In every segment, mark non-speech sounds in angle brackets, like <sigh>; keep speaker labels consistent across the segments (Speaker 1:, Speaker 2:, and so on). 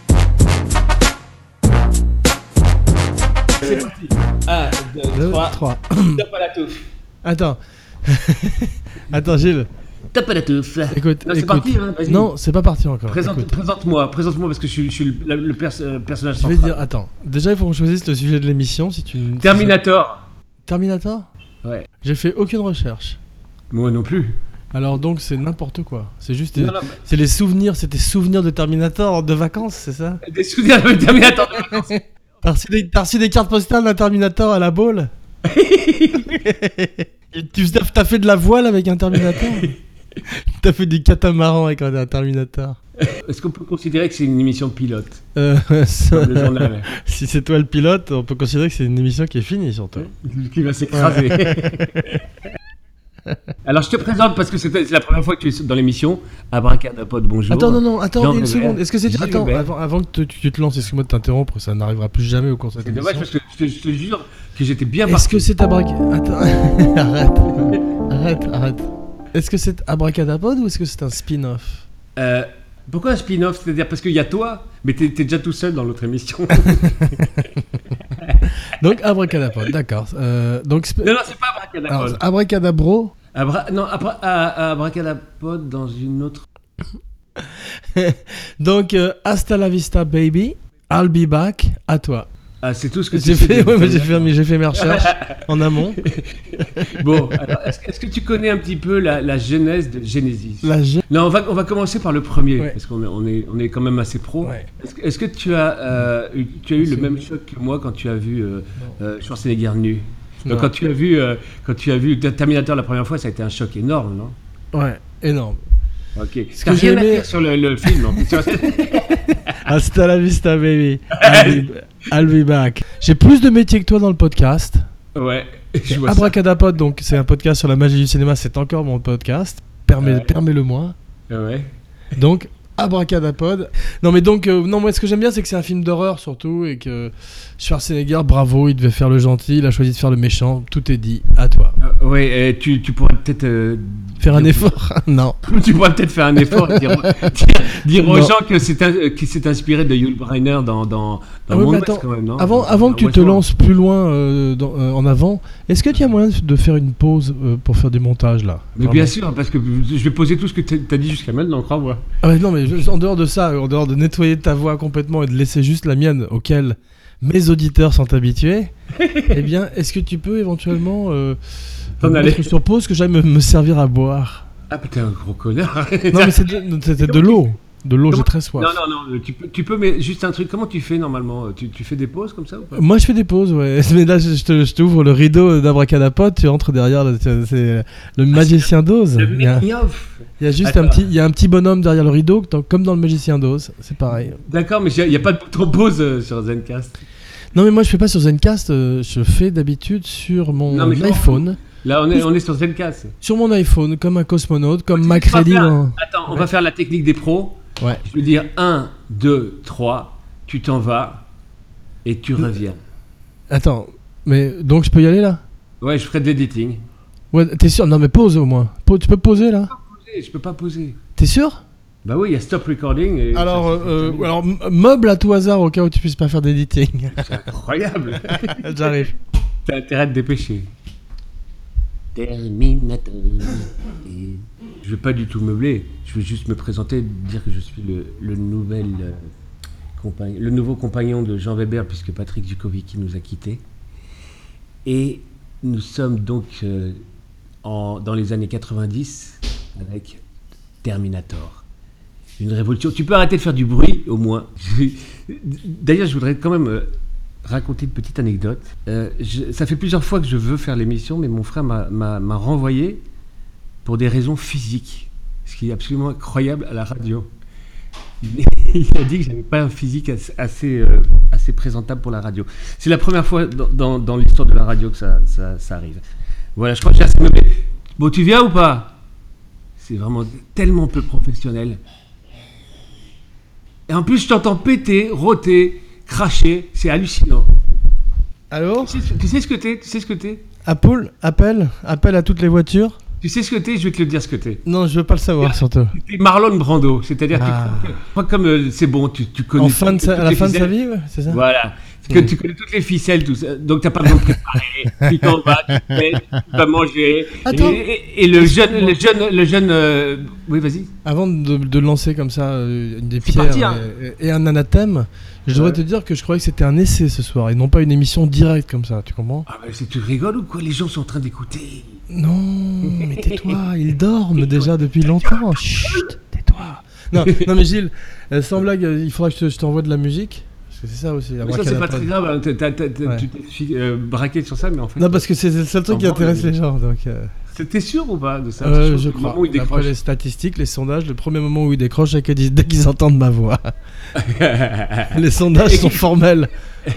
Speaker 1: <clears throat> 3.
Speaker 2: Top à la touffe.
Speaker 1: Attends. <laughs> Attends, Gilles.
Speaker 2: Top à la touffe.
Speaker 1: Écoute,
Speaker 2: Non, c'est
Speaker 1: écoute.
Speaker 2: parti, hein, vas-y.
Speaker 1: non, c'est pas parti encore.
Speaker 2: Présente-
Speaker 1: Écoute,
Speaker 2: Présente-moi, présente-moi parce que je suis, je suis le, la- le pers- euh, personnage
Speaker 1: je vais
Speaker 2: central.
Speaker 1: te dire, attends. Déjà, il faut qu'on choisisse le sujet de l'émission si tu.
Speaker 2: Terminator.
Speaker 1: Terminator
Speaker 2: Ouais.
Speaker 1: J'ai fait aucune recherche.
Speaker 2: Moi non plus.
Speaker 1: Alors donc, c'est n'importe quoi. C'est juste.
Speaker 2: Non, non,
Speaker 1: C'est les souvenirs, c'était souvenirs de Terminator de vacances,
Speaker 2: <laughs>
Speaker 1: c'est ça
Speaker 2: mais des souvenirs de Terminator. de vacances.
Speaker 1: T'as reçu, des- t'as reçu des cartes postales d'un Terminator à
Speaker 2: <laughs>
Speaker 1: la boule Et tu faisais- T'as fait de la voile avec
Speaker 2: <laughs>
Speaker 1: un Terminator T'as fait du catamaran avec un, un Terminator
Speaker 2: Est-ce qu'on peut considérer que c'est une émission pilote
Speaker 1: Euh, <laughs> ça-
Speaker 2: Le journal
Speaker 1: si c'est toi le pilote, on peut considérer que c'est une émission qui est finie surtout.
Speaker 2: qui va s'écraser. Alors je te présente parce que c'est c'est la première fois que tu es dans l'émission. Abracadapod, bonjour.
Speaker 1: Attends, non, non, attends,
Speaker 2: Jean
Speaker 1: une
Speaker 2: Weber.
Speaker 1: seconde. Est-ce que c'est.
Speaker 2: Gilles
Speaker 1: Attends,
Speaker 2: Weber.
Speaker 1: avant, avant que te- tu, tu te lances, excuse-moi de t'interrompre, ça n'arrivera plus jamais au cours de cette
Speaker 2: C'est dommage
Speaker 1: émission.
Speaker 2: parce que je te, je te jure que j'étais bien
Speaker 1: Est-ce
Speaker 2: parti.
Speaker 1: que c'est abrac... Attends, arrête, <laughs> arrête, arrête. Est-ce que c'est abracadapod ou est-ce que c'est un spin-off
Speaker 2: Euh, pourquoi un spin-off C'est-à-dire parce qu'il y a toi, mais t'es t'es déjà tout seul dans l'autre émission. <laughs>
Speaker 1: Donc abracadapod, d'accord. Euh, donc sp-
Speaker 2: non, non, c'est pas
Speaker 1: alors,
Speaker 2: Abracadapod.
Speaker 1: abracadabro.
Speaker 2: Abra- non, abra- à- à Abracadapod dans une autre.
Speaker 1: Donc euh, hasta la vista baby. I'll be back. À toi.
Speaker 2: Ah, c'est tout ce que tu
Speaker 1: J'ai
Speaker 2: sais
Speaker 1: fait,
Speaker 2: de-
Speaker 1: ouais, mais j'ai fait, mes- j'ai fait mes recherches en
Speaker 2: <laughs>
Speaker 1: amont.
Speaker 2: Bon, alors, est-ce que- est-ce que tu connais un petit peu la, la genèse de Genesis
Speaker 1: La je-
Speaker 2: Non, on va, on va commencer par le premier,
Speaker 1: Ouais.
Speaker 2: parce qu'on est, on est, on est quand même assez pro.
Speaker 1: Ouais.
Speaker 2: Est-ce que- est-ce que tu as, euh, eu, tu as eu le
Speaker 1: C'est-
Speaker 2: même choc que moi quand tu as vu euh, euh, Schwarzenegger nu
Speaker 1: Non.
Speaker 2: Donc, quand tu as vu, euh, quand tu as vu Terminator la première fois, ça a été un choc énorme, non
Speaker 1: Ouais, énorme.
Speaker 2: Ok.
Speaker 1: Ce
Speaker 2: T'as
Speaker 1: que j'ai
Speaker 2: rien à
Speaker 1: aimé-
Speaker 2: dire sur le, le film. en fait. Sur-
Speaker 1: <laughs> Hasta la vista baby. I'll
Speaker 2: <laughs>
Speaker 1: be, I'll be back. J'ai plus de métiers que toi dans le podcast.
Speaker 2: ouais. Je
Speaker 1: Ah,
Speaker 2: vois ça.
Speaker 1: Abracadapod, donc c'est un podcast sur la magie du cinéma, c'est encore mon podcast. Permets-
Speaker 2: Ouais.
Speaker 1: Permets-le moi.
Speaker 2: Ouais.
Speaker 1: Donc, Abracadapod. Non, mais donc, euh, non, moi, ce que j'aime bien, c'est que c'est un film d'horreur surtout et que Schwarzenegger, bravo, il devait faire le gentil, il a choisi de faire le méchant. Tout est dit, à toi.
Speaker 2: Euh, ouais. euh, tu, tu pourrais peut-être euh,
Speaker 1: Faire un
Speaker 2: dire-
Speaker 1: effort <laughs> Non.
Speaker 2: <laughs> Tu pourrais peut-être faire un effort et
Speaker 1: <laughs>
Speaker 2: dire, dire- dire aux
Speaker 1: Non.
Speaker 2: gens que c'est un- euh, qu'il s'est inspiré de Yul Brynner dans, dans, dans
Speaker 1: Ah oui, mais
Speaker 2: West,
Speaker 1: attends,
Speaker 2: quand même, non
Speaker 1: Avant, avant
Speaker 2: Dans
Speaker 1: que tu te
Speaker 2: Westworld.
Speaker 1: lances plus loin euh, dans- euh, en avant, est-ce que tu as moyen de faire une pause euh, pour faire du montage là
Speaker 2: Mais
Speaker 1: Vraiment.
Speaker 2: bien sûr, parce que je vais poser tout ce que t'as t'as dit jusqu'à maintenant, crois-moi.
Speaker 1: Ah ouais, non, mais je- en dehors de ça, en dehors de nettoyer ta voix complètement et de laisser juste la mienne, auquel mes auditeurs sont
Speaker 2: <laughs>
Speaker 1: habitués, eh bien, est-ce que tu peux éventuellement euh,
Speaker 2: T'en
Speaker 1: mettre
Speaker 2: aller.
Speaker 1: sur pause que j'aille me, me servir à boire
Speaker 2: Ah, putain, un gros connard. <laughs>
Speaker 1: Non, mais c'est de, c'était de l'eau. De l'eau, j'ai très soif.
Speaker 2: non, non, non, tu peux, tu peux, mais juste un truc, comment tu fais normalement tu, tu fais des pauses comme ça ou pas
Speaker 1: Moi, je fais des pauses, ouais. <laughs> Mais là, je, je te- je t'ouvre le rideau d'abracadapod, tu entres derrière, le, c'est- c'est le magicien d'Oz.
Speaker 2: Le
Speaker 1: Il y a,
Speaker 2: making-of.
Speaker 1: il y a juste un
Speaker 2: Attends.
Speaker 1: petit, il y a un petit bonhomme derrière le rideau, comme dans le magicien d'Oz. C'est pareil.
Speaker 2: D'accord, mais il n'y a pas de bouton pause euh, sur Zencast.
Speaker 1: Non mais moi je fais pas sur Zencast, euh, je fais d'habitude sur mon
Speaker 2: Non, mais je m'en
Speaker 1: iPhone.
Speaker 2: Là, on est, on est sur Zencast.
Speaker 1: Sur mon iPhone, comme un cosmonaute, comme
Speaker 2: On va
Speaker 1: Macready
Speaker 2: faire-
Speaker 1: dans...
Speaker 2: Attends, on va faire la technique des pros.
Speaker 1: Ouais.
Speaker 2: Je veux dire 1, 2, 3, tu t'en vas et tu reviens.
Speaker 1: Attends, mais donc je peux y aller là
Speaker 2: Ouais, je ferai de l'editing.
Speaker 1: Ouais, t'es sûr Non mais pause au moins. Po- tu peux poser là
Speaker 2: Je peux pas poser.
Speaker 1: T'es sûr
Speaker 2: Bah oui, il y a stop recording. et-
Speaker 1: Alors,
Speaker 2: ça, c'est-
Speaker 1: euh, euh, alors m- meuble à tout hasard au cas où tu puisses pas faire <laughs> d'editing.
Speaker 2: c'est
Speaker 1: <laughs>
Speaker 2: incroyable.
Speaker 1: J'arrive.
Speaker 2: T'as intérêt à te dépêcher.
Speaker 3: Terminator. Et
Speaker 2: Je vais pas du tout meubler. Je vais juste me présenter, dire que je suis le, le nouvel euh, compagn- le nouveau compagnon de Jean Weber puisque Patrick Dukovicki nous a quittés. Et nous sommes donc euh, en- dans les années 90 avec Terminator. Une révolution. Tu peux arrêter de faire du bruit au moins. <laughs> D'ailleurs, je voudrais quand même euh, raconter une petite anecdote. Euh, je- ça fait plusieurs fois que je veux faire l'émission, mais mon frère m'a- m'a m'a renvoyé pour des raisons physiques, ce qui est absolument incroyable à la radio. Il <laughs> il a dit que j'avais pas un physique as- assez, euh, assez présentable pour la radio. C'est la première fois dans, dans- dans l'histoire de la radio que ça, ça- ça arrive. Voilà, je crois que j'ai assez meublé. Bon, tu viens ou pas C'est vraiment tellement peu professionnel. Et en plus, je t'entends péter, rôter, cracher. C'est hallucinant.
Speaker 1: Allô
Speaker 2: Tu sais, tu sais ce que t'es Tu sais ce que t'es
Speaker 1: Apple, appel, appel à toutes les voitures.
Speaker 2: Tu sais ce que t'es Je vais te le dire ce que t'es.
Speaker 1: Non, je veux pas le savoir surtout.
Speaker 2: T'es Marlon Brando, c'est-à-dire que tu
Speaker 1: Ah.
Speaker 2: crois que- pas comme euh, c'est bon, tu, tu connais.
Speaker 1: En fin de
Speaker 2: toutes
Speaker 1: sa- à
Speaker 2: les
Speaker 1: la fin de sa
Speaker 2: ficelles.
Speaker 1: vie, hein. ouais, c'est ça
Speaker 2: Voilà. Parce que tu connais toutes les ficelles, tout ça. Donc t'as pas besoin de
Speaker 1: <laughs>
Speaker 2: préparer. tu t'en vas, tu te fais, tu vas manger.
Speaker 1: Attends.
Speaker 2: Et, et- et le jeune, le jeune, le jeune. euh, Oui, vas-y.
Speaker 1: Avant de, de lancer comme ça euh, une des
Speaker 2: C'est
Speaker 1: pierres
Speaker 2: parti, hein.
Speaker 1: et, et un anathème, je devrais
Speaker 2: Ouais.
Speaker 1: te dire que je croyais que c'était un essai ce soir et non pas une émission directe comme ça, tu comprends
Speaker 2: Ah mais c'est- tu rigoles ou quoi Les gens sont en train d'écouter.
Speaker 1: Non, mais
Speaker 2: <laughs>
Speaker 1: tais-toi, ils dorment déjà depuis longtemps. Chut, tais-toi.
Speaker 2: <laughs>
Speaker 1: Non, non, mais Gilles, euh, sans blague, euh, il faudra que je te- je t'envoie de la musique. Parce que c'est ça aussi.
Speaker 2: Mais ça c'est pas très
Speaker 1: abracadapod.
Speaker 2: grave. hein. T'as- t'as- t'as-
Speaker 1: Ouais.
Speaker 2: Tu t'es fi- euh, braqué sur ça, mais en fait.
Speaker 1: Non, parce que c'est le seul truc qui
Speaker 2: Sans blague,
Speaker 1: intéresse
Speaker 2: mais-
Speaker 1: les gens. Donc, euh,
Speaker 2: T'es sûr ou pas de ça
Speaker 1: euh,
Speaker 2: Parce que
Speaker 1: je
Speaker 2: trouve que le
Speaker 1: crois.
Speaker 2: moment où il
Speaker 1: Après
Speaker 2: décroche-
Speaker 1: les statistiques, les sondages, le premier moment où ils décrochent, c'est que dis- <laughs> dès qu'ils entendent ma voix.
Speaker 2: <laughs>
Speaker 1: les sondages sont formels.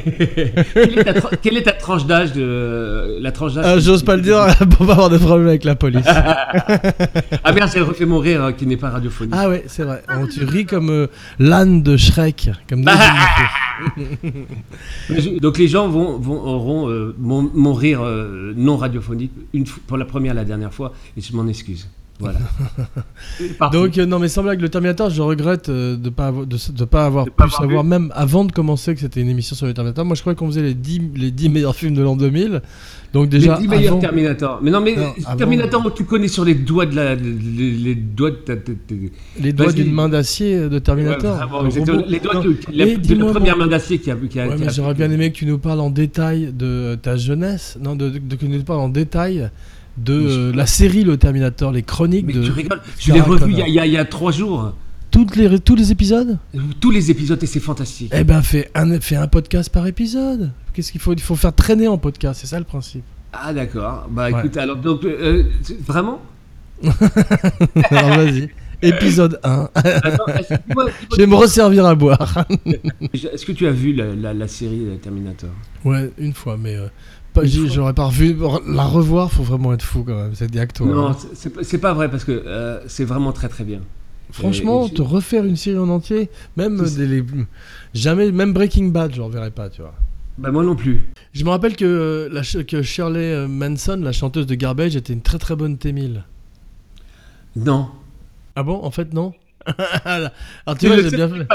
Speaker 2: Quelle est ta tra- Quelle est ta tranche d'âge de la tranche d'âge
Speaker 1: Ah, J'ose pas le dire <laughs> pour pas avoir de problème avec
Speaker 2: <laughs>
Speaker 1: la police.
Speaker 2: Ah merde, j'ai refait mon rire hein, qui n'est pas radiophonique.
Speaker 1: Ah ouais, c'est vrai. Oh, tu ris comme euh, l'âne de Shrek.
Speaker 2: <laughs>
Speaker 1: Comme David Murphy.
Speaker 2: Mais je- Donc les gens vont, vont- auront euh, mon, mon rire euh, non radiophonique une, f- pour la première et la dernière fois et je m'en excuse.
Speaker 1: <laughs>
Speaker 2: Voilà. Parfait.
Speaker 1: Donc euh, non mais sans blague, le Terminator, je regrette euh, de pas avoir, de, s- de pas avoir
Speaker 2: De pas
Speaker 1: pu
Speaker 2: avoir
Speaker 1: savoir même avant de commencer que c'était une émission sur le Terminator. Moi je croyais qu'on faisait les 10 les 10 meilleurs films de l'an 2000. Donc déjà
Speaker 2: les 10 meilleurs
Speaker 1: avant-
Speaker 2: Terminator. Mais non, mais euh,
Speaker 1: Non, avant-
Speaker 2: Terminator, tu connais sur les doigts de la. Les, les doigts de ta. ta- ta-
Speaker 1: les doigts
Speaker 2: Vas-y.
Speaker 1: d'une main d'acier euh, de Terminator.
Speaker 2: Ouais, vraiment,
Speaker 1: le
Speaker 2: exactement.
Speaker 1: robot.
Speaker 2: les doigts
Speaker 1: Non,
Speaker 2: de, de la,
Speaker 1: et
Speaker 2: de la
Speaker 1: dis-moi,
Speaker 2: première
Speaker 1: moi-
Speaker 2: main d'acier qui a. Qui a-
Speaker 1: Ouais,
Speaker 2: qui
Speaker 1: mais
Speaker 2: a-
Speaker 1: j'aurais bien aimé que tu nous parles en détail de ta jeunesse, non, de, de- de- que tu nous parles en détail de
Speaker 2: Mais je-
Speaker 1: euh, la série Le Terminator, les chroniques
Speaker 2: Mais
Speaker 1: de
Speaker 2: tu rigoles. Je l'ai
Speaker 1: Sarah
Speaker 2: revu il y,
Speaker 1: Connor.
Speaker 2: a, il y a- il y a trois jours.
Speaker 1: toutes les, tous les épisodes.
Speaker 2: Tous les épisodes et c'est fantastique.
Speaker 1: Eh ben, fais un, fais un podcast par épisode. Qu'est-ce qu'il faut Il faut faire traîner en podcast, c'est ça
Speaker 2: <laughs>
Speaker 1: le principe.
Speaker 2: Ah d'accord. Bah
Speaker 1: Ouais.
Speaker 2: écoute, alors donc euh, c'est- vraiment.
Speaker 1: Alors vas-y, épisode 1.
Speaker 2: Attends, est-ce- dis-moi,
Speaker 1: Je <laughs>
Speaker 2: dis-moi,
Speaker 1: vais me resservir à boire. <laughs>
Speaker 2: Est-ce que tu as vu la, la- la série euh, Terminator
Speaker 1: Ouais, une fois, mais euh, pas,
Speaker 2: Une
Speaker 1: j'y-
Speaker 2: fois.
Speaker 1: j'aurais pas revu. La revoir, faut vraiment être fou quand même, c'est direct. toi, hein.
Speaker 2: Non, c'est- c'est pas- c'est pas vrai parce que euh, c'est vraiment très très bien.
Speaker 1: Franchement,
Speaker 2: Et- et-
Speaker 1: te refaire une série en entier, même
Speaker 2: C'est-
Speaker 1: euh, des- les- jamais, même Breaking Bad, je ne reverrai pas, tu vois.
Speaker 2: Bah moi non plus.
Speaker 1: Je me rappelle que, euh, la ch- que Shirley euh, Manson, la chanteuse de Garbage, était une très très bonne Témil.
Speaker 2: Non.
Speaker 1: Ah bon En fait, non <laughs> Alors tu vois, j'ai
Speaker 2: <laughs>
Speaker 1: bien fait.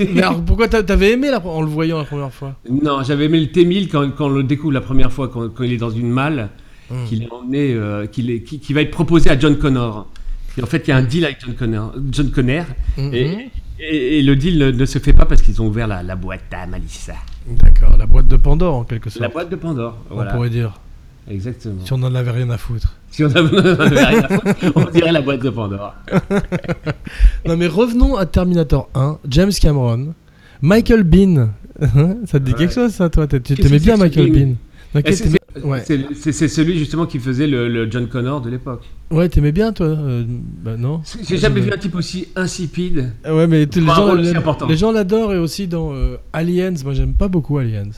Speaker 1: Mais
Speaker 2: bien.
Speaker 1: alors, pourquoi t'a- t'avais aimé la- en le voyant la première fois
Speaker 2: non, j'avais aimé le T1000 quand, quand on le découvre la première fois, quand, quand il est dans une malle,
Speaker 1: Hmm.
Speaker 2: qu'il est emmené, euh, qu'il est- qui, qui va être proposé à John Connor. Et en fait, il y a un
Speaker 1: Hmm.
Speaker 2: deal avec John Connor. John Connor
Speaker 1: Mhm.
Speaker 2: et, et- et le deal ne, ne se fait pas parce qu'ils ont ouvert la, la boîte à Malissa.
Speaker 1: D'accord, la boîte de Pandore en quelque
Speaker 2: Mm-hmm. La
Speaker 1: sorte.
Speaker 2: boîte de Pandore,
Speaker 1: on
Speaker 2: voilà. Mm.
Speaker 1: pourrait dire,
Speaker 2: Exactement.
Speaker 1: si on en avait rien à foutre.
Speaker 2: Si on avait rien à foutre, on dirait la boîte de Pandore.
Speaker 1: Non mais revenons à Terminator 1, James Cameron, Michael Bean. <laughs> ça te dit
Speaker 2: Ouais.
Speaker 1: quelque chose ça toi T'es- Tu
Speaker 2: Qu'est-ce
Speaker 1: t'aimais
Speaker 2: que
Speaker 1: bien
Speaker 2: c'est que
Speaker 1: Michael
Speaker 2: ce
Speaker 1: Bean Non,
Speaker 2: Et
Speaker 1: qu'est-ce
Speaker 2: C'est
Speaker 1: que
Speaker 2: c'est-
Speaker 1: t'aimais- ouais.
Speaker 2: c'est- c'est- c'est celui justement qui faisait le, le John Connor de l'époque.
Speaker 1: Ouais, t'aimais bien toi euh, Bah non.
Speaker 2: J'ai jamais vu un type aussi insipide.
Speaker 1: Ah Ouais, mais tous les,
Speaker 2: Pour un
Speaker 1: gens,
Speaker 2: rôle aussi
Speaker 1: les-
Speaker 2: important.
Speaker 1: les gens l'adorent et aussi dans euh, Aliens. Moi j'aime pas beaucoup Aliens.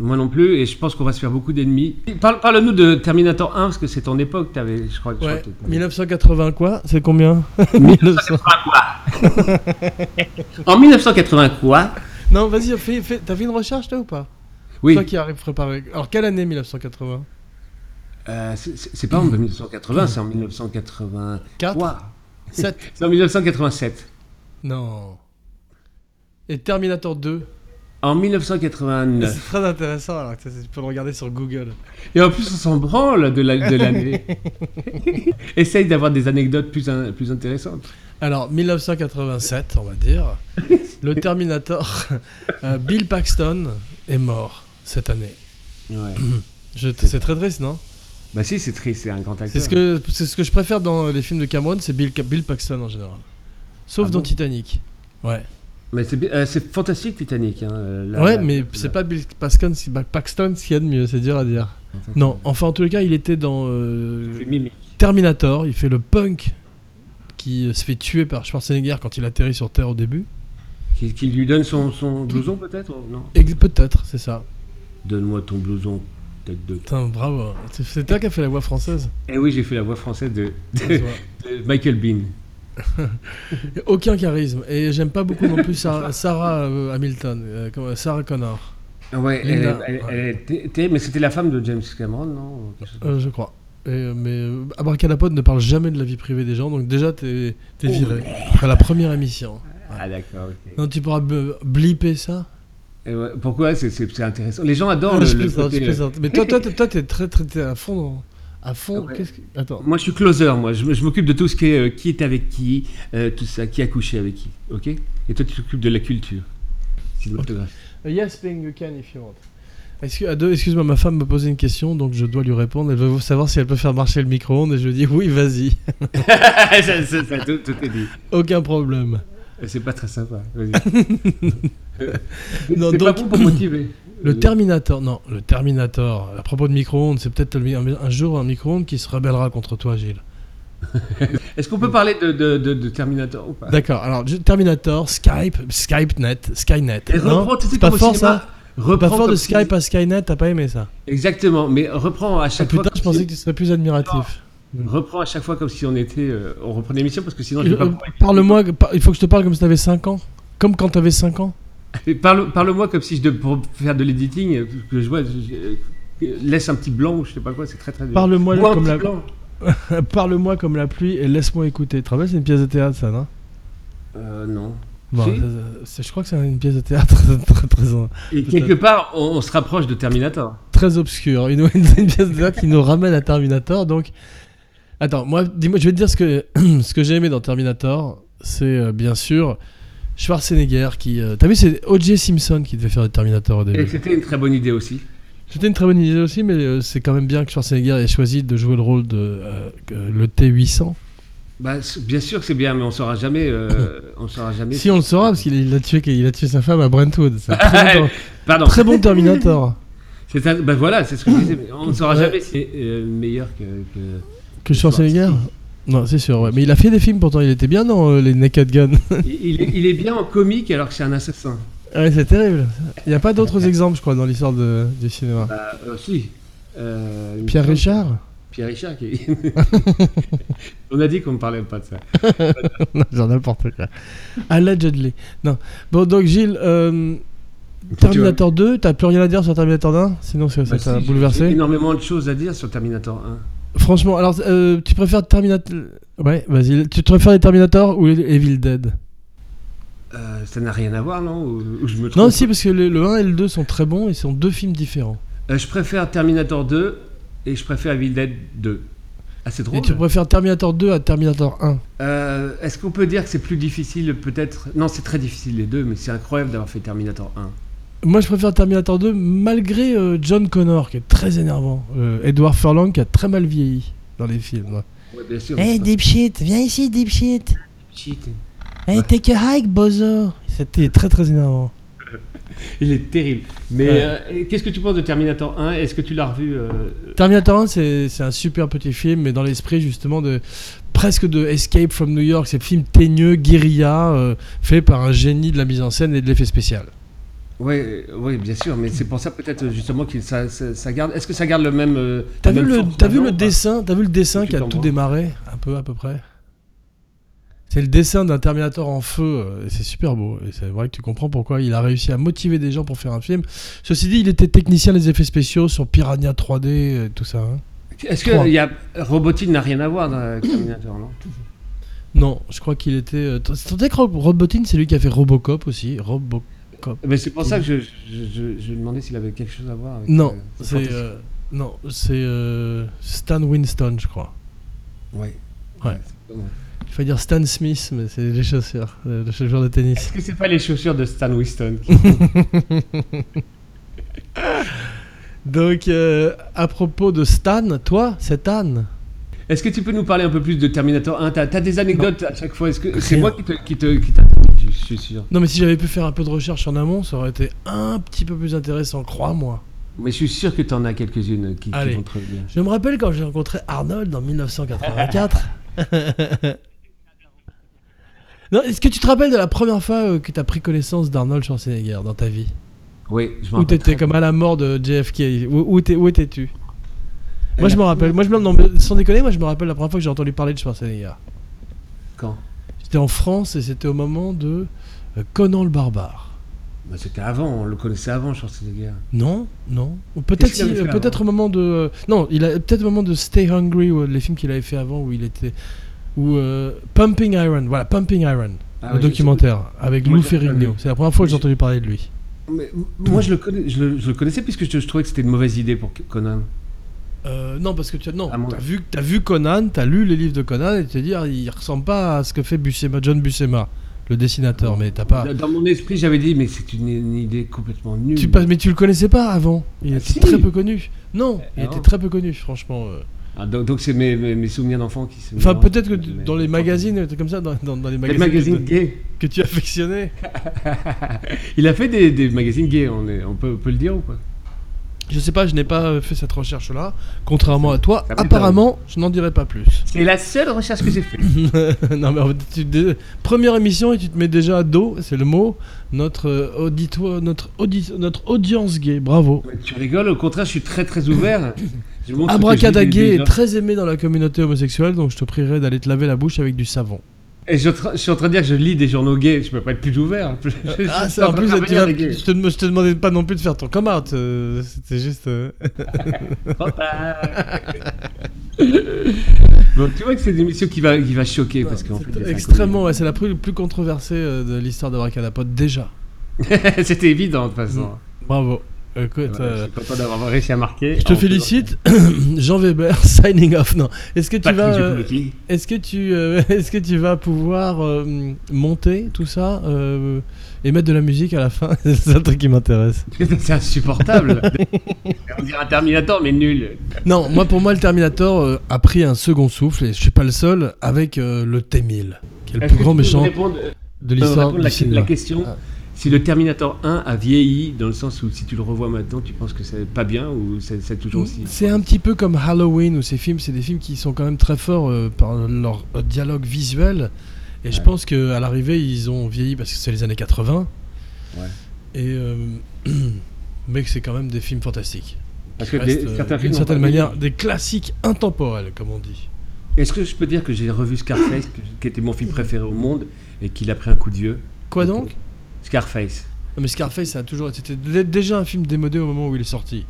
Speaker 2: Moi non plus, et je pense qu'on va se faire beaucoup d'ennemis. Parle- Parle-nous de Terminator 1, parce que c'est ton époque, t'avais, je crois. que- je
Speaker 1: Ouais,
Speaker 2: crois que-
Speaker 1: 1980 quoi C'est combien 1900.
Speaker 2: En 1980 quoi
Speaker 1: Non, vas-y, fais, fais- t'as fait une recherche toi ou pas
Speaker 2: Oui,
Speaker 1: Toi qui arrives préparé. Alors quelle année 1980
Speaker 2: euh, c'est c'est pas en 1980, c'est en 1983.
Speaker 1: 7
Speaker 2: C'est en 1987.
Speaker 1: Non. Et Terminator 2.
Speaker 2: En
Speaker 1: C'est
Speaker 2: 1989.
Speaker 1: très intéressant, alors que ça, c'est- tu peux le regarder sur Google.
Speaker 2: Et en plus, on s'en branle de la- de
Speaker 1: <laughs>
Speaker 2: l'année. Essaye d'avoir des anecdotes plus, in- plus intéressantes.
Speaker 1: Alors, 1987, on va dire. le Terminator, <laughs> euh, Bill Paxton, est mort cette année.
Speaker 2: <clears throat> Ouais.
Speaker 1: Je- C'est très triste, non
Speaker 2: bah si, c'est triste, c'est un grand acteur.
Speaker 1: C'est ce, que, c'est ce que je préfère dans les films de Cameron, c'est Bill, Bill Paxton en général. Sauf
Speaker 2: Ah
Speaker 1: dans
Speaker 2: bon
Speaker 1: Titanic. Ouais,
Speaker 2: Mais c'est bi- euh, c'est fantastique, Titanic. hein, euh, la-
Speaker 1: ouais
Speaker 2: la-
Speaker 1: mais
Speaker 2: la-
Speaker 1: c'est pas Bill Paxton, c'est Ba- Paxton ce qu'il y a de mieux, c'est dur à dire. Non, enfin en tous les cas, il était dans euh,
Speaker 2: C'est mimique.
Speaker 1: Terminator, il fait le punk qui euh, se fait tuer par Schwarzenegger quand il atterrit sur Terre au début.
Speaker 2: Qui, qui lui donne son, son blouson, peut-être ou Non.
Speaker 1: Et peut-être, c'est ça.
Speaker 2: Donne-moi ton blouson, tête de...
Speaker 1: Putain, bravo. hein. C'est- C'est toi qui as fait la
Speaker 2: <laughs>
Speaker 1: voix française.
Speaker 2: Eh oui, j'ai fait la voix française de,
Speaker 1: ça se
Speaker 2: de-
Speaker 1: voit.
Speaker 2: de Michael Bean.
Speaker 1: Et Aucun charisme. Et j'aime pas beaucoup non plus Sarah, Sarah, euh, Hamilton, euh, comment- Sarah Connor,
Speaker 2: Ah Ouais, elle,
Speaker 1: Linda,
Speaker 2: elle-
Speaker 1: ouais.
Speaker 2: elle était- était- mais c'était la femme de James Cameron, non Quelque chose comme
Speaker 1: euh, je crois. Et, euh, mais euh, Abracadapod ne parle jamais de la vie privée des gens, donc déjà t'es
Speaker 2: Oh.
Speaker 1: t'es viré après la première émission.
Speaker 2: Ah d'accord. ok.
Speaker 1: Non, tu pourras b- blipper ça.
Speaker 2: Et ouais, Pourquoi C'est- C'est c'est intéressant. Les gens adorent
Speaker 1: Non,
Speaker 2: le,
Speaker 1: <laughs> je
Speaker 2: le
Speaker 1: plaisante,
Speaker 2: côté- euh.
Speaker 1: je plaisante. Mais toi, toi, t'es- toi, t'es très, très, t'es à fond. dans- À fond.
Speaker 2: Ah Ouais.
Speaker 1: Qu'est-ce que... Attends.
Speaker 2: Moi, je suis closer. Moi, je, m- je m'occupe de tout ce qui est euh, qui est avec qui, euh, tout ça, qui a couché avec qui. Ok Et toi, tu t'occupes de la culture. C'est de
Speaker 1: <laughs>
Speaker 2: l'orthographe.
Speaker 1: Uh, yes, Bing, you can if you want. Excuse- à deux, Excuse-moi, ma femme me posait une question, donc je dois lui répondre. Elle veut savoir si elle peut faire marcher le micro-ondes et je lui dis oui, vas-y, <laughs>
Speaker 2: ça, ça- ça, tout, tout est dit. Euh,
Speaker 1: aucun problème.
Speaker 2: C'est pas très sympa. Vas-y.
Speaker 1: Non,
Speaker 2: c'est pas
Speaker 1: donc-
Speaker 2: bon pour motiver.
Speaker 1: Le Terminator, non, le Terminator. À propos de micro-ondes, c'est peut-être le- un, un jour un micro-ondes qui se rebellera contre toi, Gilles.
Speaker 2: Est-ce qu'on peut parler de, de- de- de Terminator ou pas
Speaker 1: D'accord. Alors je- Terminator, Skype, SkypeNet, SkyNet.
Speaker 2: Et
Speaker 1: Non,
Speaker 2: reprends, tu sais,
Speaker 1: c'est
Speaker 2: comme
Speaker 1: pas
Speaker 2: au
Speaker 1: fort
Speaker 2: cinéma,
Speaker 1: ça.
Speaker 2: Reprends
Speaker 1: Pas fort
Speaker 2: comme
Speaker 1: de
Speaker 2: si-
Speaker 1: Skype à SkyNet, t'as pas aimé ça.
Speaker 2: Exactement, mais reprends à
Speaker 1: Ah,
Speaker 2: chaque
Speaker 1: putain,
Speaker 2: fois.
Speaker 1: je
Speaker 2: comme si-
Speaker 1: pensais que tu serais plus admiratif.
Speaker 2: Reprends à chaque fois comme si on était. euh, on reprenait l'émission parce que sinon je vais pas
Speaker 1: Euh, Parle-moi, par- il faut que je te parle comme si t'avais 5 ans, comme quand t'avais 5 ans.
Speaker 2: Mais Parle, parle-moi comme si je devais pour faire de l'editing, euh, que je vois, je- je- euh, laisse un petit blanc ou je sais pas quoi, c'est très très dur.
Speaker 1: Parle-moi
Speaker 2: Ou un
Speaker 1: comme
Speaker 2: petit
Speaker 1: la-
Speaker 2: blanc.
Speaker 1: Parle-moi comme la pluie et laisse-moi écouter. Tu te rappelles, c'est une pièce de théâtre, ça, non
Speaker 2: Euh, non.
Speaker 1: Bon,
Speaker 2: Si.
Speaker 1: euh, c'est- je crois que c'est une pièce de théâtre très, très,
Speaker 2: Et quelque part, on, on se rapproche de Terminator.
Speaker 1: très obscure. Une, <laughs> une pièce de théâtre qui nous ramène à Terminator. Donc, attends, moi, dis-moi, je vais te dire ce que, <clears throat> ce que j'ai aimé dans Terminator. C'est euh, bien sûr Schwarzenegger qui. euh, T'as vu, c'est O.J. Simpson qui devait faire le Terminator au
Speaker 2: Et
Speaker 1: début.
Speaker 2: c'était une très bonne idée aussi.
Speaker 1: C'était une très bonne idée aussi, mais euh, c'est quand même bien que Schwarzenegger ait choisi de jouer le rôle de euh, euh, le T800.
Speaker 2: Bah, c- bien sûr que c'est bien, mais on saura jamais. euh,
Speaker 1: <laughs>
Speaker 2: on saura jamais.
Speaker 1: Si on le saura, parce qu'il a tué, il a tué sa femme à Brentwood. C'est
Speaker 2: <laughs>
Speaker 1: un très bon-
Speaker 2: Pardon.
Speaker 1: très bon Terminator.
Speaker 2: C'est un- bah voilà, c'est ce que je disais. mais On ne saura
Speaker 1: Ouais.
Speaker 2: jamais si c'est euh, meilleur que. que-
Speaker 1: <laughs> Que Schwarzenegger Non, c'est sûr, ouais. Mais il a fait des films pourtant, il était bien dans euh, les Naked Gun.
Speaker 2: Il, il est, il est bien en comique alors que c'est un assassin.
Speaker 1: Ah ouais, c'est terrible. Il n'y a pas d'autres exemples, je crois, dans l'histoire de- du cinéma.
Speaker 2: Bah, euh, si. Euh, il me
Speaker 1: Pierre
Speaker 2: semble-
Speaker 1: Richard
Speaker 2: Pierre Richard qui... <laughs> On a dit qu'on ne parlait pas de ça.
Speaker 1: <laughs> Non, genre n'importe quoi. Allegedly. Non. Bon, donc Gilles, euh, Terminator 2, t'as plus rien à dire sur Terminator 1 Sinon, ça ça
Speaker 2: Bah,
Speaker 1: t'a
Speaker 2: si, J'ai
Speaker 1: bouleversé.
Speaker 2: énormément de choses à dire sur Terminator 1.
Speaker 1: Franchement, alors, euh, tu préfères Terminator. Ouais, vas-y. Tu préfères les Terminator ou les Evil Dead
Speaker 2: Euh, ça n'a rien à voir, non ou, ou je me trompe
Speaker 1: Non, si, parce que le, le 1 et le 2 sont très bons et sont deux films différents.
Speaker 2: Euh, je préfère Terminator 2 et je préfère Evil Dead 2. Ah, c'est drôle.
Speaker 1: Et tu préfères Terminator 2 à Terminator 1
Speaker 2: Euh, Est-ce qu'on peut dire que c'est plus difficile, peut-être Non, c'est très difficile les deux, mais c'est incroyable d'avoir fait Terminator 1.
Speaker 1: Moi, je préfère Terminator 2 malgré euh, John Connor qui est très énervant. Euh, Edward Furlong qui a très mal vieilli dans les films.
Speaker 2: Ouais, bien sûr.
Speaker 1: Hey, deep shit, Eh, viens ici, deep shit.
Speaker 2: Shit.
Speaker 1: Hey, take a hike, bozo. C'était très très énervant.
Speaker 2: Il est terrible. Mais
Speaker 1: Ouais.
Speaker 2: euh, et qu'est-ce que tu penses de Terminator 1 Est-ce que tu l'as revu euh,
Speaker 1: Terminator 1, c'est c'est un super petit film, mais dans l'esprit justement de presque de Escape from New York, c'est le film teigneux, guérilla, euh, fait par un génie de la mise en scène et de l'effet spécial.
Speaker 2: Oui, oui, bien sûr, mais c'est pour ça peut-être justement que ça, ça- ça garde. Est-ce que ça garde le même. euh,
Speaker 1: T'as
Speaker 2: la
Speaker 1: vu,
Speaker 2: même
Speaker 1: le,
Speaker 2: force
Speaker 1: t'as vu
Speaker 2: maintenant
Speaker 1: le
Speaker 2: ou pas
Speaker 1: dessin, t'as vu le dessin
Speaker 2: Je
Speaker 1: qui a
Speaker 2: t'en
Speaker 1: tout
Speaker 2: vois.
Speaker 1: démarré, un peu à peu près. C'est le dessin d'un Terminator en feu, euh, et c'est super beau. Et c'est vrai que tu comprends pourquoi il a réussi à motiver des gens pour faire un film. Ceci dit, il était technicien des effets spéciaux sur Piranha 3D, euh, tout ça. hein.
Speaker 2: Est-ce
Speaker 1: Trois.
Speaker 2: que y a... Robotine n'a rien à voir dans- avec Terminator, non
Speaker 1: Non, je crois qu'il était. Euh, t- c'est vrai que Rob- Robotine, c'est lui qui a fait Robocop aussi. Robo...
Speaker 2: mais C'est pour ça que je, je, je- je demandais s'il avait quelque chose à voir avec.
Speaker 1: Non,
Speaker 2: euh,
Speaker 1: c'est
Speaker 2: fantastique.
Speaker 1: euh, non, c'est euh, Stan Winston, je crois.
Speaker 2: Ouais.
Speaker 1: Ouais.
Speaker 2: c'est pas moi.
Speaker 1: Il faut dire Stan Smith, mais c'est les chaussures, le, le joueur de tennis.
Speaker 2: Est-ce que c'est pas les chaussures de Stan Winston qui-
Speaker 1: Donc, euh, à propos de Stan, toi, c'est Anne.
Speaker 2: Est-ce que tu peux nous parler un peu plus de Terminator 1 T'as t'as des anecdotes à chaque fois Est-ce que c'est
Speaker 1: Rien.
Speaker 2: moi qui te qui te qui t'interromps, Je suis sûr.
Speaker 1: Non, mais si j'avais pu faire un peu de recherche en amont, ça aurait été un petit peu plus intéressant, crois-moi.
Speaker 2: Mais je suis sûr que t'en as quelques-unes qui, qui
Speaker 1: Allez.
Speaker 2: vont très bien.
Speaker 1: Je me rappelle quand j'ai rencontré Arnold en 1984. <laughs> non, est-ce que tu te rappelles de la première fois euh, que t'as pris connaissance d'Arnold Schwarzenegger dans ta vie
Speaker 2: Oui, je m'en
Speaker 1: Où
Speaker 2: rappelle
Speaker 1: t'étais
Speaker 2: très
Speaker 1: comme à la mort de JFK Où, où t'es- où étais-tu Moi, je me rappelle. Moi, je me... non, mais sans déconner, moi, je me rappelle la première fois que j'ai entendu parler de Schwarzenegger.
Speaker 2: bien. Quand
Speaker 1: J'étais en France et c'était au moment de euh, Conan le Barbare.
Speaker 2: Bah, C'était avant, on le connaissait avant, Schwarzenegger.
Speaker 1: Non, non. Ou Peut-être
Speaker 2: Qu'est-ce qu'il avait
Speaker 1: il-
Speaker 2: fait
Speaker 1: peut-être au moment de euh, non, il a peut-être au moment de Stay Hungry ou les films qu'il avait fait avant où il était ou euh, Pumping Iron. Voilà, Pumping Iron,
Speaker 2: Ah
Speaker 1: le documentaire avec
Speaker 2: Moi,
Speaker 1: Lou
Speaker 2: j'ai pas
Speaker 1: Ferrigno.
Speaker 2: vu.
Speaker 1: C'est la première fois que j'ai
Speaker 2: Mais-
Speaker 1: entendu parler de lui.
Speaker 2: Mais moi, je le, connais- je, le, je le connaissais puisque je, je trouvais que c'était une mauvaise idée pour Conan.
Speaker 1: Euh, non, parce que tu as, non,
Speaker 2: Ah, mon
Speaker 1: t'as
Speaker 2: Dieu.
Speaker 1: vu, t'as vu Conan, t'as lu les livres de Conan et tu te dis, ah, il ressemble pas à ce que fait Buscema, John Buscema, le dessinateur, mais t'as pas.
Speaker 2: Dans- Dans mon esprit, j'avais dit, mais c'est une, une idée complètement nulle.
Speaker 1: Tu, pas- mais tu le connaissais pas avant. Il
Speaker 2: Ah,
Speaker 1: était
Speaker 2: si.
Speaker 1: très peu connu. Non, il
Speaker 2: non.
Speaker 1: était très peu connu, franchement. euh.
Speaker 2: Ah, donc, donc c'est mes, mes, mes souvenirs d'enfant qui se.
Speaker 1: Enfin,
Speaker 2: mélangent.
Speaker 1: peut-être que tu-
Speaker 2: Mais-
Speaker 1: dans les magazines, des trucs comme ça, dans, dans- dans les
Speaker 2: Les
Speaker 1: magazines,
Speaker 2: magazines
Speaker 1: que,
Speaker 2: gays.
Speaker 1: tu- que tu affectionnais.
Speaker 2: Il a fait des, des magazines gays, on, est, on, peut, on peut le dire ou pas
Speaker 1: Je sais pas, je n'ai pas euh, fait cette recherche-là, contrairement à toi.
Speaker 2: ça m'étonne.
Speaker 1: Apparemment, je n'en dirai pas plus.
Speaker 2: C'est la seule recherche que j'ai
Speaker 1: <coughs>
Speaker 2: faite.
Speaker 1: <laughs> non, mais en fait, tu te- première émission et tu te mets déjà à dos, c'est le mot, notre, euh, auditoire, notre, audi- notre audience gay, bravo.
Speaker 2: tu rigoles, au contraire, je suis très très ouvert. Je montre ce que je lis
Speaker 1: Abracadagay
Speaker 2: déjà.
Speaker 1: est très aimé dans la communauté homosexuelle, donc je te prierai d'aller te laver la bouche avec
Speaker 2: <laughs>
Speaker 1: du savon.
Speaker 2: Et je, tra- je suis en train de dire que je lis des journaux gays, je peux pas être plus ouvert. <laughs> Je- je-
Speaker 1: Ah,
Speaker 2: je
Speaker 1: ça,
Speaker 2: suis
Speaker 1: en
Speaker 2: train
Speaker 1: plus,
Speaker 2: de
Speaker 1: tu
Speaker 2: travailler
Speaker 1: vas-
Speaker 2: avec les gays.
Speaker 1: je, te, dem- je te demandais pas non plus de faire ton come out, euh, c'était juste. euh,
Speaker 2: Trop tard.
Speaker 1: <laughs>
Speaker 2: Bon, tu vois que c'est une émission qui va, qui va choquer parce
Speaker 1: <laughs>
Speaker 2: qu'en fait, il y a
Speaker 1: C'est
Speaker 2: cinq
Speaker 1: extrêmement, ouais, c'est la plus, plus controversée euh, de l'histoire d'Abracadapod, déjà.
Speaker 2: minutes. <laughs> C'était évident de toute
Speaker 1: Mmh.
Speaker 2: façon.
Speaker 1: Bravo. Écoute,
Speaker 2: Voilà, Je
Speaker 1: euh,
Speaker 2: suis content d'avoir réussi à marquer.
Speaker 1: je te
Speaker 2: En-
Speaker 1: félicite, <coughs> Jean Weber, <laughs> signing off. Non, est-ce que tu
Speaker 2: Patrick
Speaker 1: vas, euh,
Speaker 2: Dupont-Moretti. <laughs>
Speaker 1: est-ce que tu, euh, <laughs> est-ce que tu vas pouvoir euh, monter tout ça euh, et mettre de la musique à la fin <laughs> C'est ça le truc qui m'intéresse.
Speaker 2: C'est
Speaker 1: <laughs>
Speaker 2: insupportable. On dirait un Terminator, mais nul.
Speaker 1: Non, moi pour moi le Terminator euh, a pris un second souffle et je suis pas le seul avec euh, le T1000, qui est le
Speaker 2: Est-ce
Speaker 1: plus
Speaker 2: que
Speaker 1: grand
Speaker 2: tu peux me
Speaker 1: méchant
Speaker 2: répondre-
Speaker 1: de
Speaker 2: me
Speaker 1: l'histoire
Speaker 2: répondre
Speaker 1: du
Speaker 2: la,
Speaker 1: cinéma.
Speaker 2: la question
Speaker 1: Ah.
Speaker 2: si le Terminator 1 a vieilli, dans le sens où si tu le revois maintenant, tu penses que c'est pas bien ou c'est c'est toujours aussi.
Speaker 1: Mm. C'est un petit peu comme Halloween où ces films, c'est des films qui sont quand même très forts euh, par leur euh, dialogue visuel et je
Speaker 2: Ouais.
Speaker 1: pense que à l'arrivée ils ont vieilli parce que c'est les années 80.
Speaker 2: Ouais.
Speaker 1: Et euh, <clears throat> mais que c'est quand même des films fantastiques.
Speaker 2: Parce
Speaker 1: Qui
Speaker 2: que des-
Speaker 1: restent, euh,
Speaker 2: certains
Speaker 1: d'une
Speaker 2: films. ont
Speaker 1: certaine
Speaker 2: pas vieilli.
Speaker 1: manière des classiques intemporels comme on dit.
Speaker 2: Est-ce que je peux dire que j'ai revu Scarface, que- qui était mon film préféré au monde, et qu'il a pris un coup de vieux
Speaker 1: Quoi donc
Speaker 2: Scarface.
Speaker 1: Non, mais Scarface, ça a toujours été. C'était dé- déjà un film démodé au moment où il est sorti.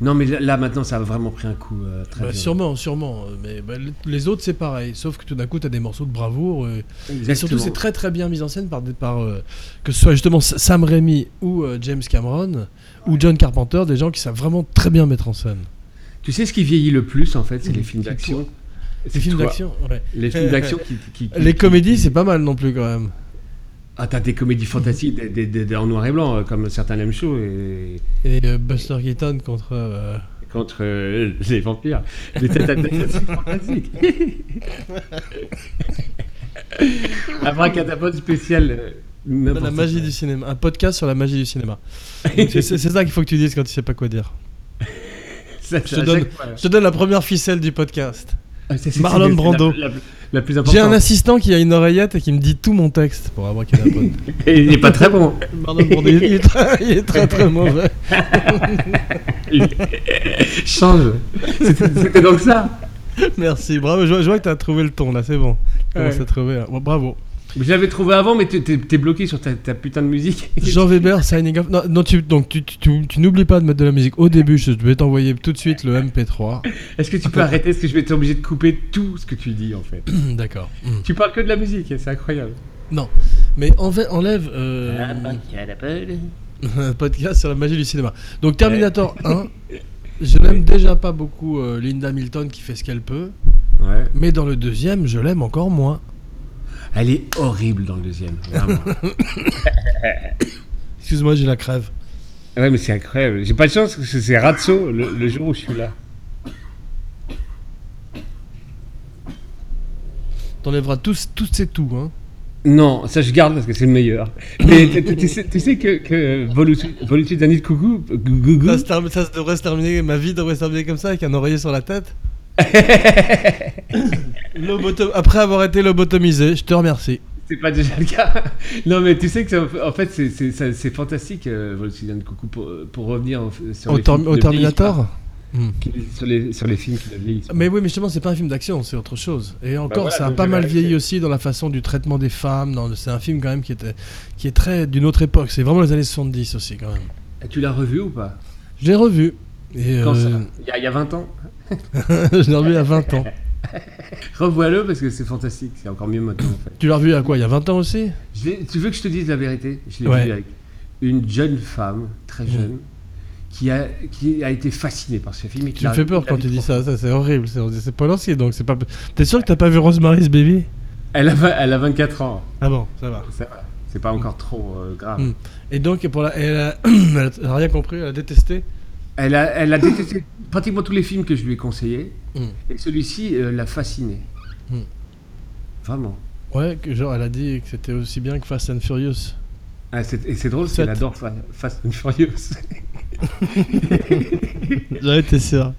Speaker 2: Non, mais là, là, maintenant, ça a vraiment pris un coup euh, très
Speaker 1: Bah,
Speaker 2: dur.
Speaker 1: sûrement, sûrement. euh, Mais bah, le- les autres, c'est pareil. Sauf que tout d'un coup, t'as des morceaux de bravoure. euh, et
Speaker 2: Exactement.
Speaker 1: surtout, c'est très très bien mis en scène par, des- par euh, que ce soit justement S- Sam Raimi ou euh, James Cameron ou John Carpenter, des gens qui savent vraiment très bien mettre en scène.
Speaker 2: Tu sais ce qui vieillit le plus, en fait, c'est les films
Speaker 1: C'est
Speaker 2: d'action. C'est
Speaker 1: Les films
Speaker 2: toi.
Speaker 1: d'action, ouais.
Speaker 2: Les films d'action qui, qui- qui-
Speaker 1: Les
Speaker 2: qui-
Speaker 1: comédies, c'est pas mal non plus quand même.
Speaker 2: Ah, t'as des comédies fantastiques des, des- des- des- en noir et blanc, euh, comme certains l'aiment chaud, et
Speaker 1: Et euh, Buster Keaton contre. euh,
Speaker 2: contre euh, les vampires. Des têtes à tête,
Speaker 1: <laughs>
Speaker 2: c'est fantastique. Abracadabra spécial. euh, n'importe
Speaker 1: la magie
Speaker 2: quoi.
Speaker 1: du cinéma. Un podcast sur la magie du cinéma. <laughs> Donc, c'est c'est- c'est ça qu'il faut que tu dises quand tu sais pas quoi dire.
Speaker 2: Ça,
Speaker 1: Je
Speaker 2: ça,
Speaker 1: te
Speaker 2: à
Speaker 1: donne-
Speaker 2: chaque fois.
Speaker 1: je te donne la première ficelle du podcast.
Speaker 2: Ah, c'est- c'est-
Speaker 1: Marlon
Speaker 2: c'est la-
Speaker 1: Brando.
Speaker 2: La, la- la plus
Speaker 1: J'ai un
Speaker 2: importante.
Speaker 1: assistant qui a une oreillette et qui me dit tout mon texte pour abracadabra.
Speaker 2: Et il est pas très bon.
Speaker 1: <laughs> Pardon, pour des- il, est très, il est très <laughs> très mauvais.
Speaker 2: <laughs> Change. C'était c'était donc ça.
Speaker 1: Merci, bravo. Je vois, je vois que t'as trouvé le ton là, c'est bon. Tu commences
Speaker 2: Ouais.
Speaker 1: à trouver, hein. Bon, bravo.
Speaker 2: J'avais trouvé avant, mais t'es- t'es t'es bloqué sur ta, ta putain de musique.
Speaker 1: Jean Weber, signing off. Non, non, tu, donc tu, tu- tu- tu n'oublies pas de mettre de la musique au début. Je vais t'envoyer tout de suite le MP3.
Speaker 2: Est-ce que tu peux arrêter Est-ce que je vais être obligé de couper tout ce que tu dis en fait
Speaker 1: Hmm, <clears throat> D'accord. Hmm.
Speaker 2: Tu parles que de la musique, c'est incroyable.
Speaker 1: Mais enve- enlève euh, <laughs> un podcast sur la magie du cinéma. Donc Terminator
Speaker 2: <laughs>
Speaker 1: 1. Je n'aime déjà pas beaucoup euh, Linda Milton qui fait ce qu'elle peut,
Speaker 2: Ouais.
Speaker 1: mais dans le deuxième, je l'aime encore moins.
Speaker 2: Elle est horrible dans le deuxième. Vraiment.
Speaker 1: Excuse-moi, j'ai la crève.
Speaker 2: <laughs> ouais, mais c'est incroyable. J'ai pas de chance parce que c'est Razzo le, le jour où je suis là.
Speaker 1: T'enlèveras tous, tous ces tout, hein.
Speaker 2: Non, ça je garde parce que c'est le meilleur. Mais tu, tu- tu sais, tu sais que, que Volutu- Volutude Annie de Coucou, Gougou,
Speaker 1: Ça, se termine- ça se devrait se terminer, ma vie devrait se terminer comme ça, avec un oreiller sur
Speaker 2: <laughs>
Speaker 1: la tête. Loboto- Après avoir été lobotomisé, je te remercie.
Speaker 2: c'est pas déjà le cas. Non, mais tu sais que ça- en fait c'est- c'est ça- c'est fantastique, euh, Volutude Annie de Coucou, pour, pour revenir au- sur
Speaker 1: Au,
Speaker 2: les
Speaker 1: Tor-
Speaker 2: films
Speaker 1: au
Speaker 2: de vieille histoire.
Speaker 1: Terminator Hmm.
Speaker 2: qui- sur, les, sur les films qui ne vieillissent pas.
Speaker 1: Mais oui, mais justement, c'est pas un film d'action, c'est autre chose. Et encore,
Speaker 2: Bah voilà,
Speaker 1: ça a
Speaker 2: donc
Speaker 1: pas
Speaker 2: j'ai
Speaker 1: mal
Speaker 2: vérifié.
Speaker 1: vieilli aussi dans la façon du traitement des femmes. dans le- C'est un film quand même qui, était, qui est très d'une autre époque. C'est vraiment les années 70 aussi quand même.
Speaker 2: Ah, Tu l'as revu ou pas
Speaker 1: Je l'ai revu. Et
Speaker 2: Quand ça
Speaker 1: euh,
Speaker 2: Il y, a- il y a 20 ans.
Speaker 1: <laughs> je l'ai revu à 20 ans.
Speaker 2: Revois-le parce que c'est fantastique, c'est encore mieux maintenant en fait.
Speaker 1: Tu l'as revu à quoi Il y a 20 ans aussi
Speaker 2: Je l'ai- tu veux que je te dise la vérité Je l'ai
Speaker 1: Ouais.
Speaker 2: vu avec une jeune femme, très jeune, qui, a, qui a été fascinée par ce film. et qui
Speaker 1: Tu me
Speaker 2: l'a-
Speaker 1: fais peur
Speaker 2: l'a
Speaker 1: quand tu
Speaker 2: vu
Speaker 1: dis
Speaker 2: trois fois.
Speaker 1: ça. ça c'est horrible. C'est c'est pas lancé donc c'est pas. T'es sûr que t'as pas vu Rosemary's Baby
Speaker 2: Elle a, vingt- elle a 24 ans,
Speaker 1: Ah bon, ça va.
Speaker 2: ça va. C'est pas encore trop euh, grave.
Speaker 1: Mm. Et donc, pour la, <clears throat> elle, a, elle a rien compris, elle a détesté.
Speaker 2: Elle, a, elle a détesté <coughs> pratiquement tous les films que je lui ai conseillés.
Speaker 1: Mm.
Speaker 2: Et celui-ci euh, l'a fascinée.
Speaker 1: Mm.
Speaker 2: Vraiment.
Speaker 1: Ouais, que, genre, elle a dit que c'était aussi bien que Fast and
Speaker 2: <laughs>
Speaker 1: Furious.
Speaker 2: Ah, c'est- et c'est drôle, parce
Speaker 1: Sept.
Speaker 2: qu'elle adore Fa- Fast and
Speaker 1: <coughs>
Speaker 2: Furious. <coughs>
Speaker 1: J'en étais sûr.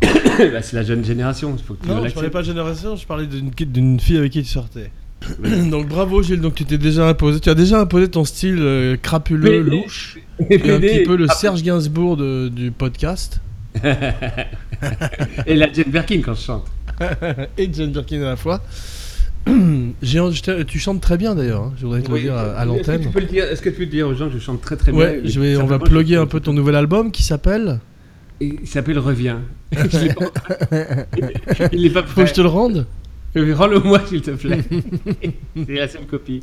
Speaker 2: Bah, c'est la jeune génération. Faut que tu
Speaker 1: Non, je
Speaker 2: l'acceptes.
Speaker 1: parlais pas de génération, je parlais d'une d'une fille avec qui tu sortais. <clears throat> donc bravo Gilles, donc tu t'es déjà imposé, tu as déjà imposé ton style euh, crapuleux,
Speaker 2: Mais-
Speaker 1: louche,
Speaker 2: Et
Speaker 1: et un
Speaker 2: PD,
Speaker 1: petit peu le
Speaker 2: ah,
Speaker 1: Serge Gainsbourg de- du podcast.
Speaker 2: <laughs> Et la Jane Birkin quand je chante.
Speaker 1: et Jane Birkin à la fois. <clears throat> J'ai en- je t'ai- tu chantes très bien d'ailleurs, hein, je voudrais te le dire à, à
Speaker 2: Est-ce que
Speaker 1: l'antenne.
Speaker 2: tu peux le dire- est-ce que tu peux le dire aux gens que je chante très très bien
Speaker 1: Ouais,
Speaker 2: mais
Speaker 1: je vais, on va
Speaker 2: simplement,
Speaker 1: plugger
Speaker 2: je-
Speaker 1: un peu ton nouvel album qui s'appelle.
Speaker 2: Et Il s'appelle
Speaker 1: <laughs>
Speaker 2: Reviens. Je l'ai pas- Il n'est pas
Speaker 1: Faut
Speaker 2: prêt.
Speaker 1: que je te le rende
Speaker 2: Euh, Rends-le-moi s'il te plaît. <laughs> C'est la seule copie.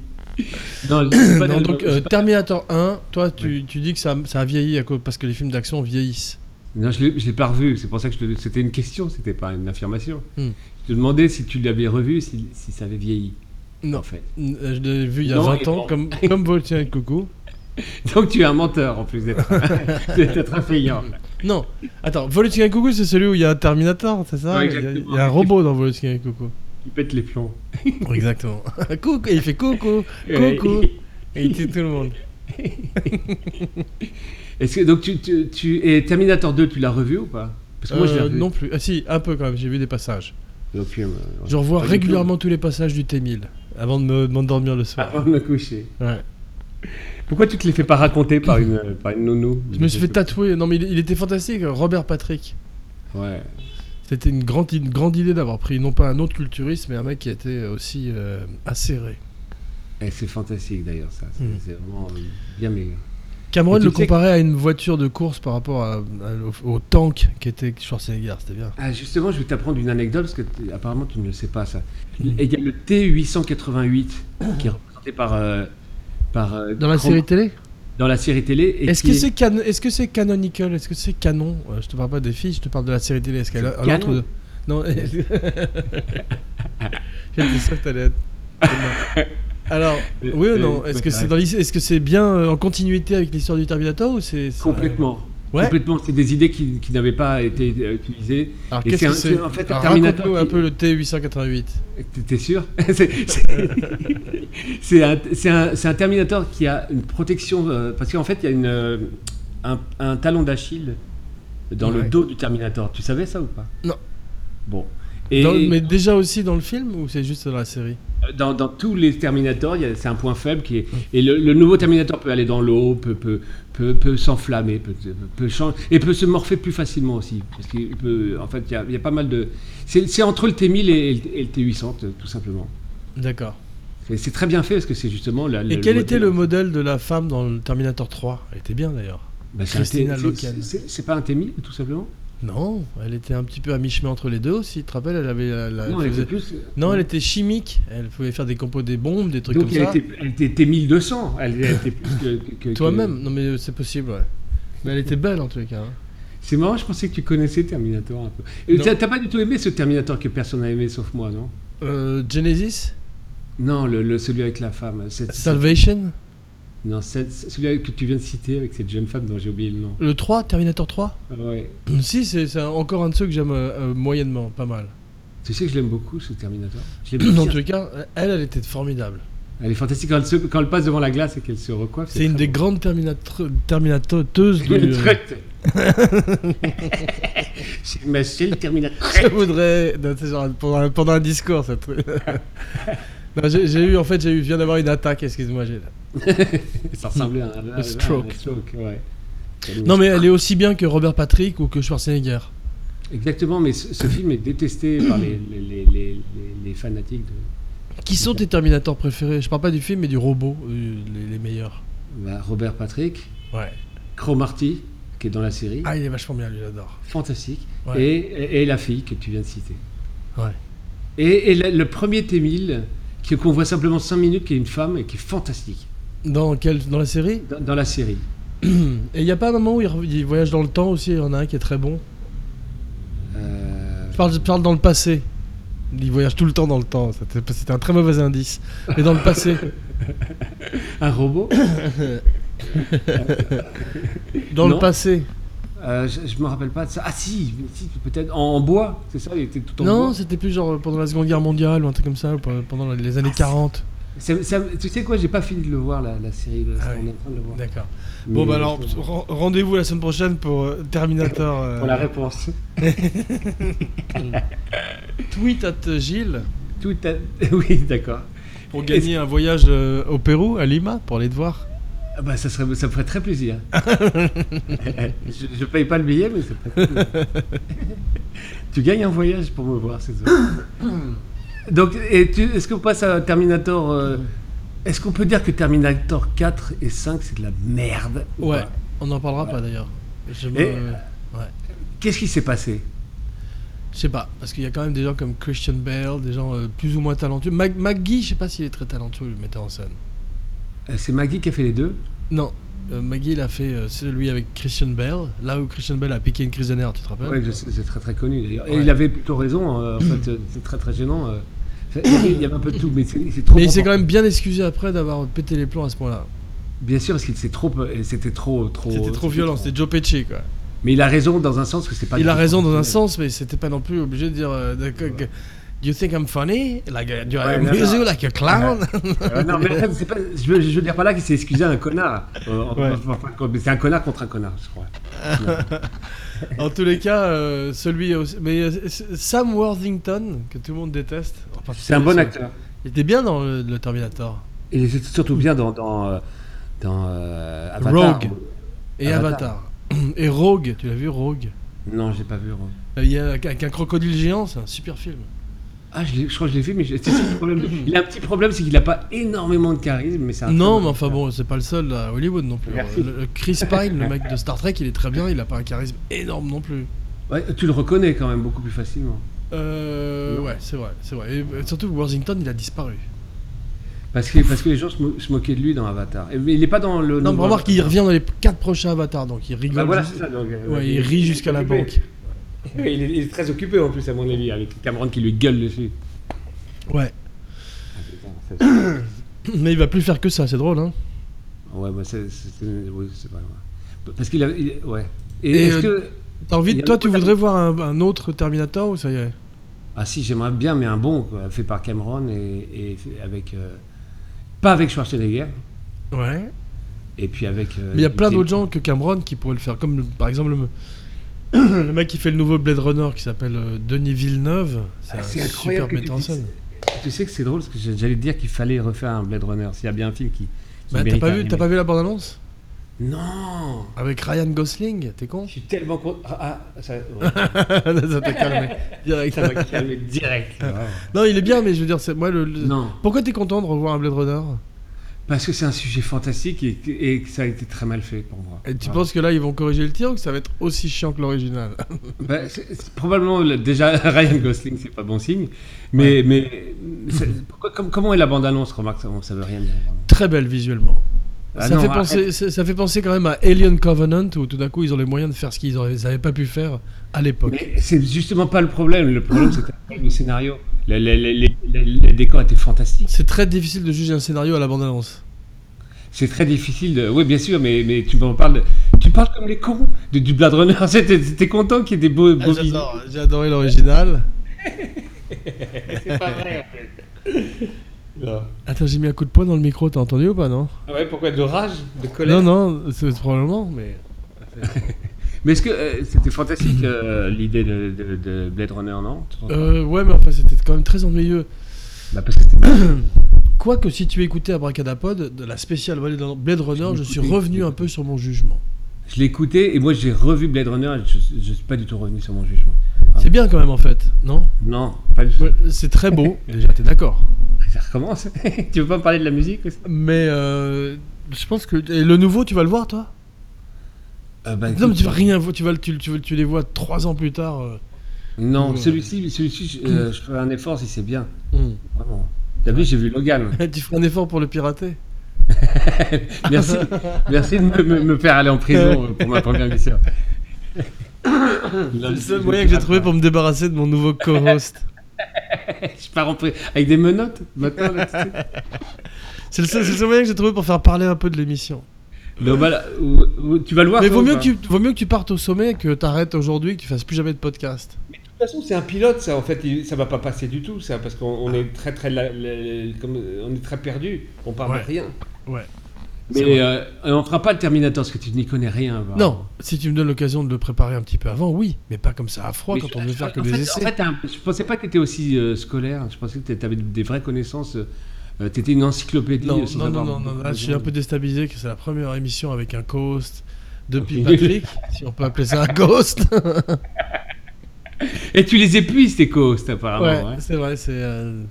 Speaker 2: Non, je- pas
Speaker 1: Non,
Speaker 2: d'album,
Speaker 1: donc, euh,
Speaker 2: je-
Speaker 1: Terminator 1, toi tu, tu dis que ça, ça a vieilli à cause, parce que les films d'action vieillissent.
Speaker 2: non, je l'ai- je l'ai pas revu. C'est pour ça que je te- c'était une question, c'était pas une affirmation.
Speaker 1: Hmm.
Speaker 2: Je te demandais si tu l'avais revu, si, si ça avait vieilli.
Speaker 1: Non.
Speaker 2: En fait. <laughs>
Speaker 1: N- euh, Je l'ai vu il y a
Speaker 2: Non,
Speaker 1: 20
Speaker 2: et
Speaker 1: ans,
Speaker 2: bon.
Speaker 1: comme, comme Voltaire Coucou.
Speaker 2: Donc tu es un menteur en plus d'être <laughs> d'être affrayant.
Speaker 1: Non, attends, Voltaire Coucou, c'est celui où il y a un Terminator, c'est ça
Speaker 2: Ouais,
Speaker 1: il, y a,
Speaker 2: exactement.
Speaker 1: il y a un robot dans Voltaire
Speaker 2: <laughs>
Speaker 1: Coucou.
Speaker 2: Il pète les plombs.
Speaker 1: Exactement. <laughs> coucou, il fait coucou, coucou. Et il tue tout le monde.
Speaker 2: Est-ce que donc tu, tu, tu- et Terminator 2 tu l'as revu ou pas <laughs> Parce que moi je l'ai
Speaker 1: Euh,
Speaker 2: revu.
Speaker 1: non plus. Ah si, un peu quand même, j'ai vu des passages.
Speaker 2: Donc, euh, ouais. <laughs>
Speaker 1: Je revois
Speaker 2: Pas du
Speaker 1: régulièrement tous les passages du T-1000 avant de me- de m'endormir le
Speaker 2: tout.
Speaker 1: soir.
Speaker 2: Avant de me coucher.
Speaker 1: Ouais.
Speaker 2: Pourquoi tu te les fais pas raconter par une euh, par une nounou
Speaker 1: Je me suis fait tatouer. Non mais il, il était fantastique, Robert Patrick.
Speaker 2: Ouais.
Speaker 1: C'était une grande, une grande idée d'avoir pris non pas un autre culturiste, mais un mec qui était aussi euh, acéré.
Speaker 2: Et Eh, c'est fantastique d'ailleurs ça. C'est
Speaker 1: Mm.
Speaker 2: c'est vraiment euh, bien meilleur.
Speaker 1: Cameron
Speaker 2: Et tu
Speaker 1: le
Speaker 2: sais que-
Speaker 1: comparait à une voiture de course par rapport à- à- au, au tank qui était Schwarzenegger, c'était bien.
Speaker 2: Ah justement, je vais t'apprendre une anecdote parce que t- apparemment tu ne le sais pas ça.
Speaker 1: Mm.
Speaker 2: Et il y a le T888 qui est représenté par euh, par euh,
Speaker 1: Dans la
Speaker 2: Chrome-
Speaker 1: série télé
Speaker 2: dans la série télé et
Speaker 1: Est-ce
Speaker 2: qui
Speaker 1: que
Speaker 2: est-
Speaker 1: c'est canon Est-ce que c'est canonical Est-ce que c'est canon Euh, Je te parle pas des filles, je te parle de la série télé. Est-ce qu'elle a
Speaker 2: C'est
Speaker 1: un autre
Speaker 2: canon.
Speaker 1: ou deux Non.
Speaker 2: <laughs>
Speaker 1: <laughs> J'étais sûr que t'allais être. Alors,
Speaker 2: Euh,
Speaker 1: oui ou
Speaker 2: euh,
Speaker 1: non
Speaker 2: ouais,
Speaker 1: Est-ce que c'est
Speaker 2: ouais.
Speaker 1: dans l'histoire- Est-ce que c'est bien euh, en continuité avec l'histoire du Terminator ou c'est c'est-
Speaker 2: complètement
Speaker 1: Ouais.
Speaker 2: complètement c'est des idées qui, qui n'avaient pas été euh, utilisées
Speaker 1: Alors
Speaker 2: Et
Speaker 1: qu'est-ce
Speaker 2: c'est
Speaker 1: que
Speaker 2: un-
Speaker 1: c'est
Speaker 2: c'est en fait un
Speaker 1: Alors,
Speaker 2: Terminator
Speaker 1: Raconte-nous un
Speaker 2: qui-
Speaker 1: peu le T888.
Speaker 2: T'es- T'es sûr <laughs> C'est- c'est- C'est un, c'est un- c'est un Terminator qui a une protection. euh, parce qu'en fait, il y a une, euh, un, un talon d'Achille dans
Speaker 1: Ouais.
Speaker 2: le dos du Terminator. Tu savais ça ou pas
Speaker 1: Non.
Speaker 2: Bon. Et
Speaker 1: Dans-
Speaker 2: dans,
Speaker 1: mais déjà aussi dans le film ou c'est juste dans la série
Speaker 2: dans, tous les Terminators, il y a- c'est un point faible qui est. Et le, le nouveau Terminator peut aller dans l'eau, peut, peut, peut, peut s'enflammer, peut, peut changer, et peut se morpher plus facilement aussi. Parce qu'il peut. En fait, il y a, il y a pas mal de. C'est c'est entre le T1000 et, le- et le T800, tout simplement.
Speaker 1: D'accord.
Speaker 2: Et c'est très bien fait parce que c'est justement la.
Speaker 1: Et quel était
Speaker 2: modèle-
Speaker 1: le modèle de la femme dans le Terminator 3 Elle était bien d'ailleurs.
Speaker 2: Bah, c'est un
Speaker 1: Christina
Speaker 2: thé-
Speaker 1: Loken.
Speaker 2: c'est- c'est- C'est pas un T1000 tout simplement
Speaker 1: Non, elle était un petit peu à mi-chemin entre les deux aussi. Tu te rappelles, elle avait la, la-
Speaker 2: Non,
Speaker 1: elle
Speaker 2: elle
Speaker 1: faisait-
Speaker 2: était plus. euh,
Speaker 1: Non, elle était chimique. Elle pouvait faire des compos des bombes, des trucs
Speaker 2: Donc
Speaker 1: comme
Speaker 2: elle
Speaker 1: ça.
Speaker 2: était, elle était T1200. Elle, elle était plus que. que- que-
Speaker 1: Toi-même, non mais euh, c'est possible. ouais. Mais elle était belle en tous les cas. hein.
Speaker 2: C'est marrant, je pensais que tu connaissais Terminator un peu. Et
Speaker 1: Non.
Speaker 2: T'as t'as pas du tout aimé ce Terminator que personne n'a aimé sauf moi, non
Speaker 1: Euh, Genesis,
Speaker 2: Non, le, le- celui avec la femme. cette-
Speaker 1: Salvation,
Speaker 2: Non, cette- celui que tu viens de citer avec cette jeune femme dont j'ai oublié le nom.
Speaker 1: le 3, Terminator 3.
Speaker 2: Ah Ouais.
Speaker 1: <clears throat> si, c'est c'est un- encore un de ceux que j'aime euh, euh, moyennement, pas mal.
Speaker 2: Tu sais que je l'aime beaucoup ce Terminator. Je l'aime
Speaker 1: en
Speaker 2: bien.
Speaker 1: tous les cas, elle, elle était formidable.
Speaker 2: Elle est fantastique quand elle, se- quand elle passe devant la glace et qu'elle se recoiffe.
Speaker 1: C'est une
Speaker 2: très
Speaker 1: des grandes Terminator- Terminateuses du. euh,
Speaker 2: <laughs> C'est ma seule Terminator.
Speaker 1: <laughs> Je voudrais. non, c'est genre pendant, un- pendant un discours, ça. te- Non, j'ai j'ai eu, en fait, j'ai eu, je viens d'avoir une attaque, excuse-moi. j'ai-
Speaker 2: Ça ressemblait à un, à un- à un
Speaker 1: stroke.
Speaker 2: ouais. Salut.
Speaker 1: Non, mais elle est aussi bien que Robert Patrick ou que Schwarzenegger.
Speaker 2: Exactement, mais ce, ce film est détesté par les, les, les- les- les- les fanatiques. De...
Speaker 1: Qui sont tes Terminators préférés Je parle pas du film, mais du robot, euh, les, les meilleurs.
Speaker 2: Bah, Robert Patrick,
Speaker 1: Ouais.
Speaker 2: Cromarty, qui est dans la série,
Speaker 1: Ah, il est vachement bien, lui, j'adore.
Speaker 2: fantastique,
Speaker 1: Ouais.
Speaker 2: et, et- et la fille que tu viens de citer.
Speaker 1: Ouais.
Speaker 2: Et, et le, le premier Témil, qui- qu'on voit simplement 5 minutes, qui est une femme et qui est fantastique
Speaker 1: Dans, quelle- dans la série
Speaker 2: dans, dans la série.
Speaker 1: Et il y a pas un moment où il, re- il voyage dans le temps aussi, il y en a un qui est très bon.
Speaker 2: Euh,
Speaker 1: Je parle, je parle dans le passé. Il voyage tout le temps dans le temps, c'était c'était un très mauvais indice. Mais dans le passé,
Speaker 2: un robot
Speaker 1: dans
Speaker 2: Non.
Speaker 1: le passé.
Speaker 2: Euh, Je je me rappelle pas de ça. Ah si, si, peut-être en, en bois, c'est ça Il était tout en
Speaker 1: Non,
Speaker 2: bois.
Speaker 1: c'était plus genre pendant la Seconde Guerre mondiale ou un truc comme ça, ou pe- pendant les années
Speaker 2: Ah, si.
Speaker 1: 40.
Speaker 2: Ça- ça- tu sais quoi, j'ai pas fini de le voir la, la série. là,
Speaker 1: Ah
Speaker 2: on
Speaker 1: oui.
Speaker 2: est en train de le voir.
Speaker 1: D'accord.
Speaker 2: Mais- euh,
Speaker 1: Bon, bah alors, ren- rendez-vous la semaine prochaine pour euh, Terminator. euh,
Speaker 2: Pour la réponse. <laughs>
Speaker 1: tweet at euh, Gilles
Speaker 2: Tout à... <laughs> Oui, d'accord.
Speaker 1: pour gagner un voyage euh, au Pérou, à Lima, pour aller te voir.
Speaker 2: Ah bah, ça, serait, ça me ferait très
Speaker 1: <laughs>
Speaker 2: plaisir. je, je paye pas le billet, mais ça me ferait très plaisir. <laughs> tu gagnes un voyage pour me voir, c'est ça. <coughs> Donc, et tu- est-ce qu'on passe à Terminator euh, Est-ce qu'on peut dire que Terminator 4 et 5, c'est de la merde ou
Speaker 1: Ouais,
Speaker 2: pas
Speaker 1: on n'en parlera pas d'ailleurs. Je me-
Speaker 2: Et- Qu'est-ce qui s'est passé
Speaker 1: Je sais pas, parce qu'il y a quand même des gens comme Christian Bale, des gens euh, plus ou moins talentueux. Mag Maggie, je sais pas s'il est très talentueux, le metteur en scène.
Speaker 2: Euh, C'est Maggie qui a fait les deux
Speaker 1: Non, euh, Maggie, il a fait euh, celui avec Christian Bale, là où Christian Bale a piqué une crise de nerfs, tu te rappelles
Speaker 2: Ouais, je sais, c'est très très connu d'ailleurs. Et
Speaker 1: Ouais.
Speaker 2: il avait plutôt raison,
Speaker 1: <clears throat>
Speaker 2: euh, en fait, euh, c'est très très gênant. euh. Il y avait- il y avait un peu de tout, mais c'est c'est trop.
Speaker 1: Mais il s'est
Speaker 2: emporté.
Speaker 1: quand même bien excusé après d'avoir pété les plans à ce point-là.
Speaker 2: Bien sûr, parce que c'est trop, euh, c'était trop, trop.
Speaker 1: C'était trop violent, c'était Joe Pesci, quoi.
Speaker 2: Mais il a raison dans un sens que c'est pas.
Speaker 1: Il
Speaker 2: du
Speaker 1: a
Speaker 2: tout
Speaker 1: raison dans un
Speaker 2: professionnel.
Speaker 1: sens, mais c'était pas non plus obligé de dire. euh, de- que- que- Do you think I'm funny? Like, uh, do I
Speaker 2: Ouais, non,
Speaker 1: amuse
Speaker 2: non.
Speaker 1: you like a clown?
Speaker 2: Euh, non, mais après, c'est pas- je, veux, je veux dire pas là qu'il s'est excusé à un connard. Euh, en-
Speaker 1: Ouais.
Speaker 2: en- en- en- mais c'est un connard contre un connard, je crois.
Speaker 1: <laughs> en tous les cas, euh, celui aussi. Mais euh, Sam Worthington, que tout le monde déteste. en
Speaker 2: C'est un
Speaker 1: particulier
Speaker 2: bon
Speaker 1: sur-
Speaker 2: acteur.
Speaker 1: Il était bien dans le, le Terminator.
Speaker 2: Et il est surtout bien dans dans, euh, dans euh, Avatar.
Speaker 1: Rogue. Et
Speaker 2: Avatar.
Speaker 1: Avatar. <clears throat> Et Rogue, tu l'as vu Rogue
Speaker 2: Non, j'ai pas vu. Rogue.
Speaker 1: Bah, Il y a avec un crocodile géant, c'est un super film.
Speaker 2: Ah, je, l'ai- je crois que je l'ai vu, mais je- <laughs> c'est ça le problème. Il a un petit problème, c'est qu'il a pas énormément de charisme, mais c'est un
Speaker 1: Non,
Speaker 2: très
Speaker 1: mais enfin bon, c'est pas le seul à Hollywood non plus.
Speaker 2: Merci.
Speaker 1: Le- le Chris
Speaker 2: <laughs>
Speaker 1: Pine, le mec de Star Trek, il est très bien, il a pas un charisme énorme non plus.
Speaker 2: Ouais, tu le reconnais quand même beaucoup plus facilement.
Speaker 1: Euh,
Speaker 2: Non.
Speaker 1: ouais, c'est vrai, c'est vrai. Et euh, surtout Worthington, il a disparu.
Speaker 2: Parce que, parce que les gens se, mo- se moquaient de lui dans Avatar. Et- Mais il n'est pas dans le.
Speaker 1: Non, mais
Speaker 2: dans-
Speaker 1: remarque, il revient dans les quatre prochains avatars, donc il rigole.
Speaker 2: Bah voilà,
Speaker 1: juste-
Speaker 2: c'est ça. donc, euh,
Speaker 1: Ouais, il rit jusqu'à la
Speaker 2: occupé.
Speaker 1: banque.
Speaker 2: <laughs> Ouais, Il est, il est très occupé en plus, à mon avis, avec Cameron qui lui gueule dessus.
Speaker 1: Ouais, <clears throat> mais il va plus faire que ça, c'est drôle, hein.
Speaker 2: ouais, bah c'est. c'est- Oui, c'est pas vrai. Parce qu'il a. il- ouais. Et,
Speaker 1: Et,
Speaker 2: est-ce
Speaker 1: euh,
Speaker 2: que.
Speaker 1: T'as envie,
Speaker 2: Il y
Speaker 1: de-
Speaker 2: a
Speaker 1: toi,
Speaker 2: le-
Speaker 1: tu voudrais voir un, un autre Terminator ou ça y est
Speaker 2: Ah si, j'aimerais bien, mais un bon, quoi, fait par Cameron et, et fait avec. euh, Pas avec Schwarzenegger.
Speaker 1: Ouais.
Speaker 2: Et puis avec. euh,
Speaker 1: Mais il y a plein
Speaker 2: des-
Speaker 1: d'autres gens que Cameron qui pourraient le faire, comme le- par exemple le, le <clears throat> mec qui fait le nouveau Blade Runner qui s'appelle euh, Denis Villeneuve. C'est
Speaker 2: Ah,
Speaker 1: un
Speaker 2: c'est
Speaker 1: super
Speaker 2: incroyable que tu
Speaker 1: metteur en
Speaker 2: dises
Speaker 1: scène.
Speaker 2: Tu sais que c'est drôle, parce que j'allais te dire qu'il fallait refaire un Blade Runner. S'il y a bien un film qui. qui
Speaker 1: Bah, t'as
Speaker 2: mérite
Speaker 1: pas
Speaker 2: un
Speaker 1: vu, t'as pas vu la bande annonce
Speaker 2: Non
Speaker 1: avec Ryan Gosling T'es con
Speaker 2: <laughs> Je suis tellement content. Ah, ah, ça,
Speaker 1: <laughs>
Speaker 2: ouais,
Speaker 1: Ça t'a calmé
Speaker 2: <laughs>
Speaker 1: direct.
Speaker 2: ça m'a calmé direct.
Speaker 1: Non, il est bien, mais je veux dire, c'est moi le. le-
Speaker 2: Non,
Speaker 1: Pourquoi t'es content de revoir un Blade Runner
Speaker 2: parce que c'est un sujet fantastique et, que- et que ça a été très mal fait pour moi.
Speaker 1: Et tu
Speaker 2: Voilà.
Speaker 1: penses que là ils vont corriger le tir ou que ça va être aussi chiant que l'original
Speaker 2: Bah, c'est- c'est Probablement, le- déjà, <laughs> Ryan Gosling, c'est pas bon signe. Mais, mais c'est- pourquoi- com- comment est la bande-annonce Remarque, ça, bon, ça veut rien dire.
Speaker 1: Très belle visuellement.
Speaker 2: Ah
Speaker 1: ça,
Speaker 2: non,
Speaker 1: fait
Speaker 2: arrête.
Speaker 1: penser, ça, ça fait penser quand même à Alien Covenant où tout d'un coup ils ont les moyens de faire ce qu'ils n'avaient pas pu faire à l'époque.
Speaker 2: Mais c'est justement pas le problème. Le problème, c'est le scénario. Le, le- le- le- le- le décor était fantastique.
Speaker 1: C'est très difficile de juger un scénario à la bande-annonce.
Speaker 2: C'est très difficile. De... Oui, bien sûr, mais, mais tu m'en parles. de- Tu parles comme les cons de, du Blade Runner. <laughs> C'était c'était content qu'il y ait des beaux.
Speaker 1: Ah,
Speaker 2: beaux visuels.
Speaker 1: J'ai adoré l'original. Attends, j'ai mis un coup de poing dans le micro, t'as entendu ou pas, non
Speaker 2: Ah ouais, pourquoi De rage De
Speaker 1: Non, non, c'est probablement, mais...
Speaker 2: Mais est-ce que euh, c'était fantastique euh, l'idée de, de- de Blade Runner, non
Speaker 1: Euh, ouais, mais enfin, c'était quand même très ennuyeux.
Speaker 2: Bah, parce que c'était mal.
Speaker 1: Quoique, si tu écoutais Abracadapod, de la spéciale Blade Runner, je suis
Speaker 2: écouté.
Speaker 1: revenu un peu sur mon jugement.
Speaker 2: Je l'ai écouté et moi j'ai revu Blade Runner et je, je suis pas du tout revenu sur mon jugement.
Speaker 1: C'est bien quand même en fait, non
Speaker 2: Non, pas du tout.
Speaker 1: Ouais, C'est très
Speaker 2: <laughs>
Speaker 1: beau, déjà, t'es d'accord.
Speaker 2: Ça recommence. <laughs> tu veux pas me parler de la musique aussi
Speaker 1: Mais euh, je pense que. Et le nouveau, tu vas le voir toi
Speaker 2: Euh, bah,
Speaker 1: Non, mais tu vas
Speaker 2: écoute,
Speaker 1: rien voir, tu, vas, le- tu, tu, tu les vois trois ans plus tard. euh.
Speaker 2: Non,
Speaker 1: Ouais.
Speaker 2: celui-ci, celui-ci, je, euh, je ferai un effort si c'est bien.
Speaker 1: Hum.
Speaker 2: Vraiment. T'as vu, j'ai vu Logan.
Speaker 1: <laughs> tu feras un effort pour le pirater
Speaker 2: <laughs> merci,
Speaker 1: <laughs>
Speaker 2: merci de me, me- me faire aller en prison euh, pour ma première mission.
Speaker 1: C'est le seul moyen que j'ai trouvé pour me débarrasser de mon nouveau co-host.
Speaker 2: <laughs> Je pars en prison avec des menottes maintenant. là, <laughs> tu sais.
Speaker 1: C'est le, seul- c'est le seul moyen que j'ai trouvé pour faire parler un peu de l'émission.
Speaker 2: Non, bah, là, ou- ou- tu vas le voir.
Speaker 1: Mais
Speaker 2: toi,
Speaker 1: vaut
Speaker 2: ou
Speaker 1: mieux,
Speaker 2: pas
Speaker 1: que tu, vaut mieux que tu partes au sommet, que t'arrêtes aujourd'hui, que tu fasses plus jamais de podcast.
Speaker 2: De toute façon, c'est un pilote, ça. En fait, il- ça va pas passer du tout, ça, parce qu'on on est très, très, la- la- comme, on est très perdu. On parle
Speaker 1: Ouais.
Speaker 2: de rien.
Speaker 1: Ouais. C'est vrai.
Speaker 2: Mais euh, on fera pas le Terminator, parce que tu n'y connais rien. Varro.
Speaker 1: Non, si tu me donnes l'occasion de le préparer un petit peu avant, oui, mais pas comme ça à froid
Speaker 2: Mais
Speaker 1: quand
Speaker 2: je-
Speaker 1: on veut faire que
Speaker 2: en
Speaker 1: des
Speaker 2: fait-
Speaker 1: essais.
Speaker 2: En fait, t'as un- je pensais pas que tu étais aussi euh, scolaire. Je pensais que tu avais des vraies connaissances. tu étais une encyclopédie.
Speaker 1: non,
Speaker 2: euh, sans
Speaker 1: non, non,
Speaker 2: avoir
Speaker 1: non, non,
Speaker 2: beaucoup
Speaker 1: là, je suis un
Speaker 2: besoin.
Speaker 1: peu déstabilisé que c'est la première émission avec un co-host depuis
Speaker 2: Ok.
Speaker 1: Patrick, si on peut appeler ça un ghost.
Speaker 2: Et tu les épuises, tes co-hosts,
Speaker 1: <laughs> ouais,
Speaker 2: apparemment. Ah, ouais.
Speaker 1: c'est vrai, c'est. euh,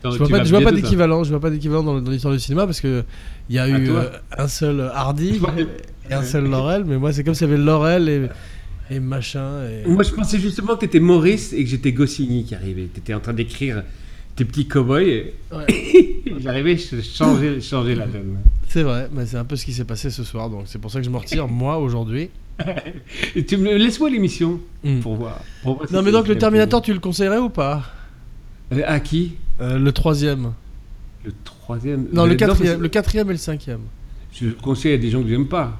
Speaker 2: Attends,
Speaker 1: Je vois
Speaker 2: tu
Speaker 1: pas,
Speaker 2: vas
Speaker 1: je vois pas
Speaker 2: bientôt, toi.
Speaker 1: d'équivalent, je vois pas d'équivalent dans, dans l'histoire du cinéma parce que il y a eu
Speaker 2: toi.
Speaker 1: euh, un seul Hardy
Speaker 2: <laughs> Ouais.
Speaker 1: et un seul Laurel, mais moi c'est comme s'il y avait Laurel et, et machin. Et...
Speaker 2: Moi, je pensais justement que tu étais Maurice et que j'étais Goscinny qui arrivait. Tu étais en train d'écrire tes petits cow-boys. Et... <laughs> J'arrivais, je changeais, changeais la donne.
Speaker 1: C'est vrai, mais c'est un peu ce qui s'est passé ce soir, donc c'est pour ça que je m'en retire moi aujourd'hui.
Speaker 2: Et tu me- Laisse-moi l'émission
Speaker 1: Hmm.
Speaker 2: pour voir. pour voir si
Speaker 1: Non mais
Speaker 2: c'est-
Speaker 1: donc le
Speaker 2: c'est-
Speaker 1: Terminator, tu le conseillerais ou pas
Speaker 2: Euh, À qui
Speaker 1: Euh, Le troisième.
Speaker 2: Le troisième
Speaker 1: Non, le
Speaker 2: mais
Speaker 1: quatrième,
Speaker 2: parce-
Speaker 1: le quatrième et le cinquième.
Speaker 2: Je le conseille à des gens que j'aime
Speaker 1: <laughs>
Speaker 2: pas.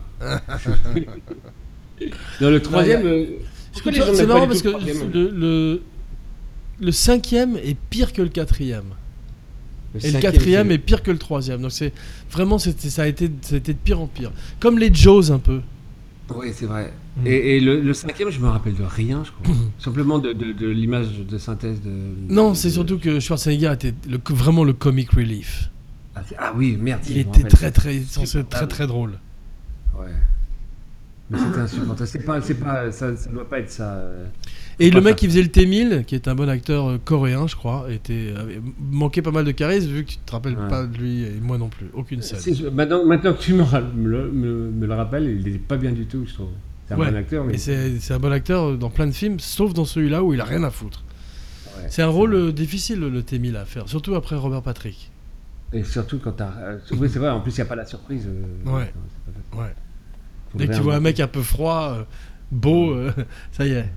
Speaker 2: non, le troisième. euh,
Speaker 1: Parce
Speaker 2: pourquoi
Speaker 1: que
Speaker 2: les gens
Speaker 1: tu- C'est
Speaker 2: n'aiment pas
Speaker 1: marrant
Speaker 2: du
Speaker 1: parce
Speaker 2: tout
Speaker 1: que
Speaker 2: le troisième
Speaker 1: le, le, le cinquième est pire que le quatrième. Et le
Speaker 2: cinquième,
Speaker 1: quatrième
Speaker 2: c'est-
Speaker 1: est pire que le troisième. Donc c'est vraiment c'était- ça a été ça a été de pire en pire. Comme les Jaws un peu.
Speaker 2: Oui, c'est vrai.
Speaker 1: Mm.
Speaker 2: Et, et le, le cinquième, je me rappelle de rien, je
Speaker 1: <laughs>
Speaker 2: crois. Simplement de, de- de l'image de synthèse de.
Speaker 1: Non,
Speaker 2: de-
Speaker 1: c'est surtout que Schwarzenegger était le- vraiment le comic relief.
Speaker 2: Ah, c'est- ah oui, merde.
Speaker 1: Il
Speaker 2: je me
Speaker 1: était
Speaker 2: rappelle.
Speaker 1: très très censé être très
Speaker 2: Supportable.
Speaker 1: très drôle.
Speaker 2: Ouais. Mais c'était insupportable. C'est pas, c'est pas, ça, ça doit pas être ça. euh.
Speaker 1: Et
Speaker 2: Faut
Speaker 1: le
Speaker 2: pas
Speaker 1: mec qui faisait le T-1000, qui est un bon acteur euh, coréen, je crois, était avait- manquait pas mal de charisme vu que tu te rappelles
Speaker 2: Ouais.
Speaker 1: pas de lui et moi non plus, aucune scène.
Speaker 2: C'est- je- Maintenant, maintenant que tu me, ra- me le- me- me le rappelles, il n'est pas bien du tout, je trouve. C'est un
Speaker 1: Ouais.
Speaker 2: bon acteur, mais.
Speaker 1: Et c'est c'est un bon acteur euh, dans plein de films, sauf dans celui-là où il a rien à foutre.
Speaker 2: Ouais.
Speaker 1: C'est un rôle euh, difficile le T-1000 à faire, surtout après Robert Patrick.
Speaker 2: Et surtout quand t'as. euh, Oui, c'est vrai, en plus, il n'y a pas la surprise. euh,
Speaker 1: Ouais.
Speaker 2: c'est pas
Speaker 1: Ouais.
Speaker 2: Faut
Speaker 1: Dès que tu
Speaker 2: vraiment-
Speaker 1: vois un mec un peu froid, euh, beau, euh, <laughs> ça y est.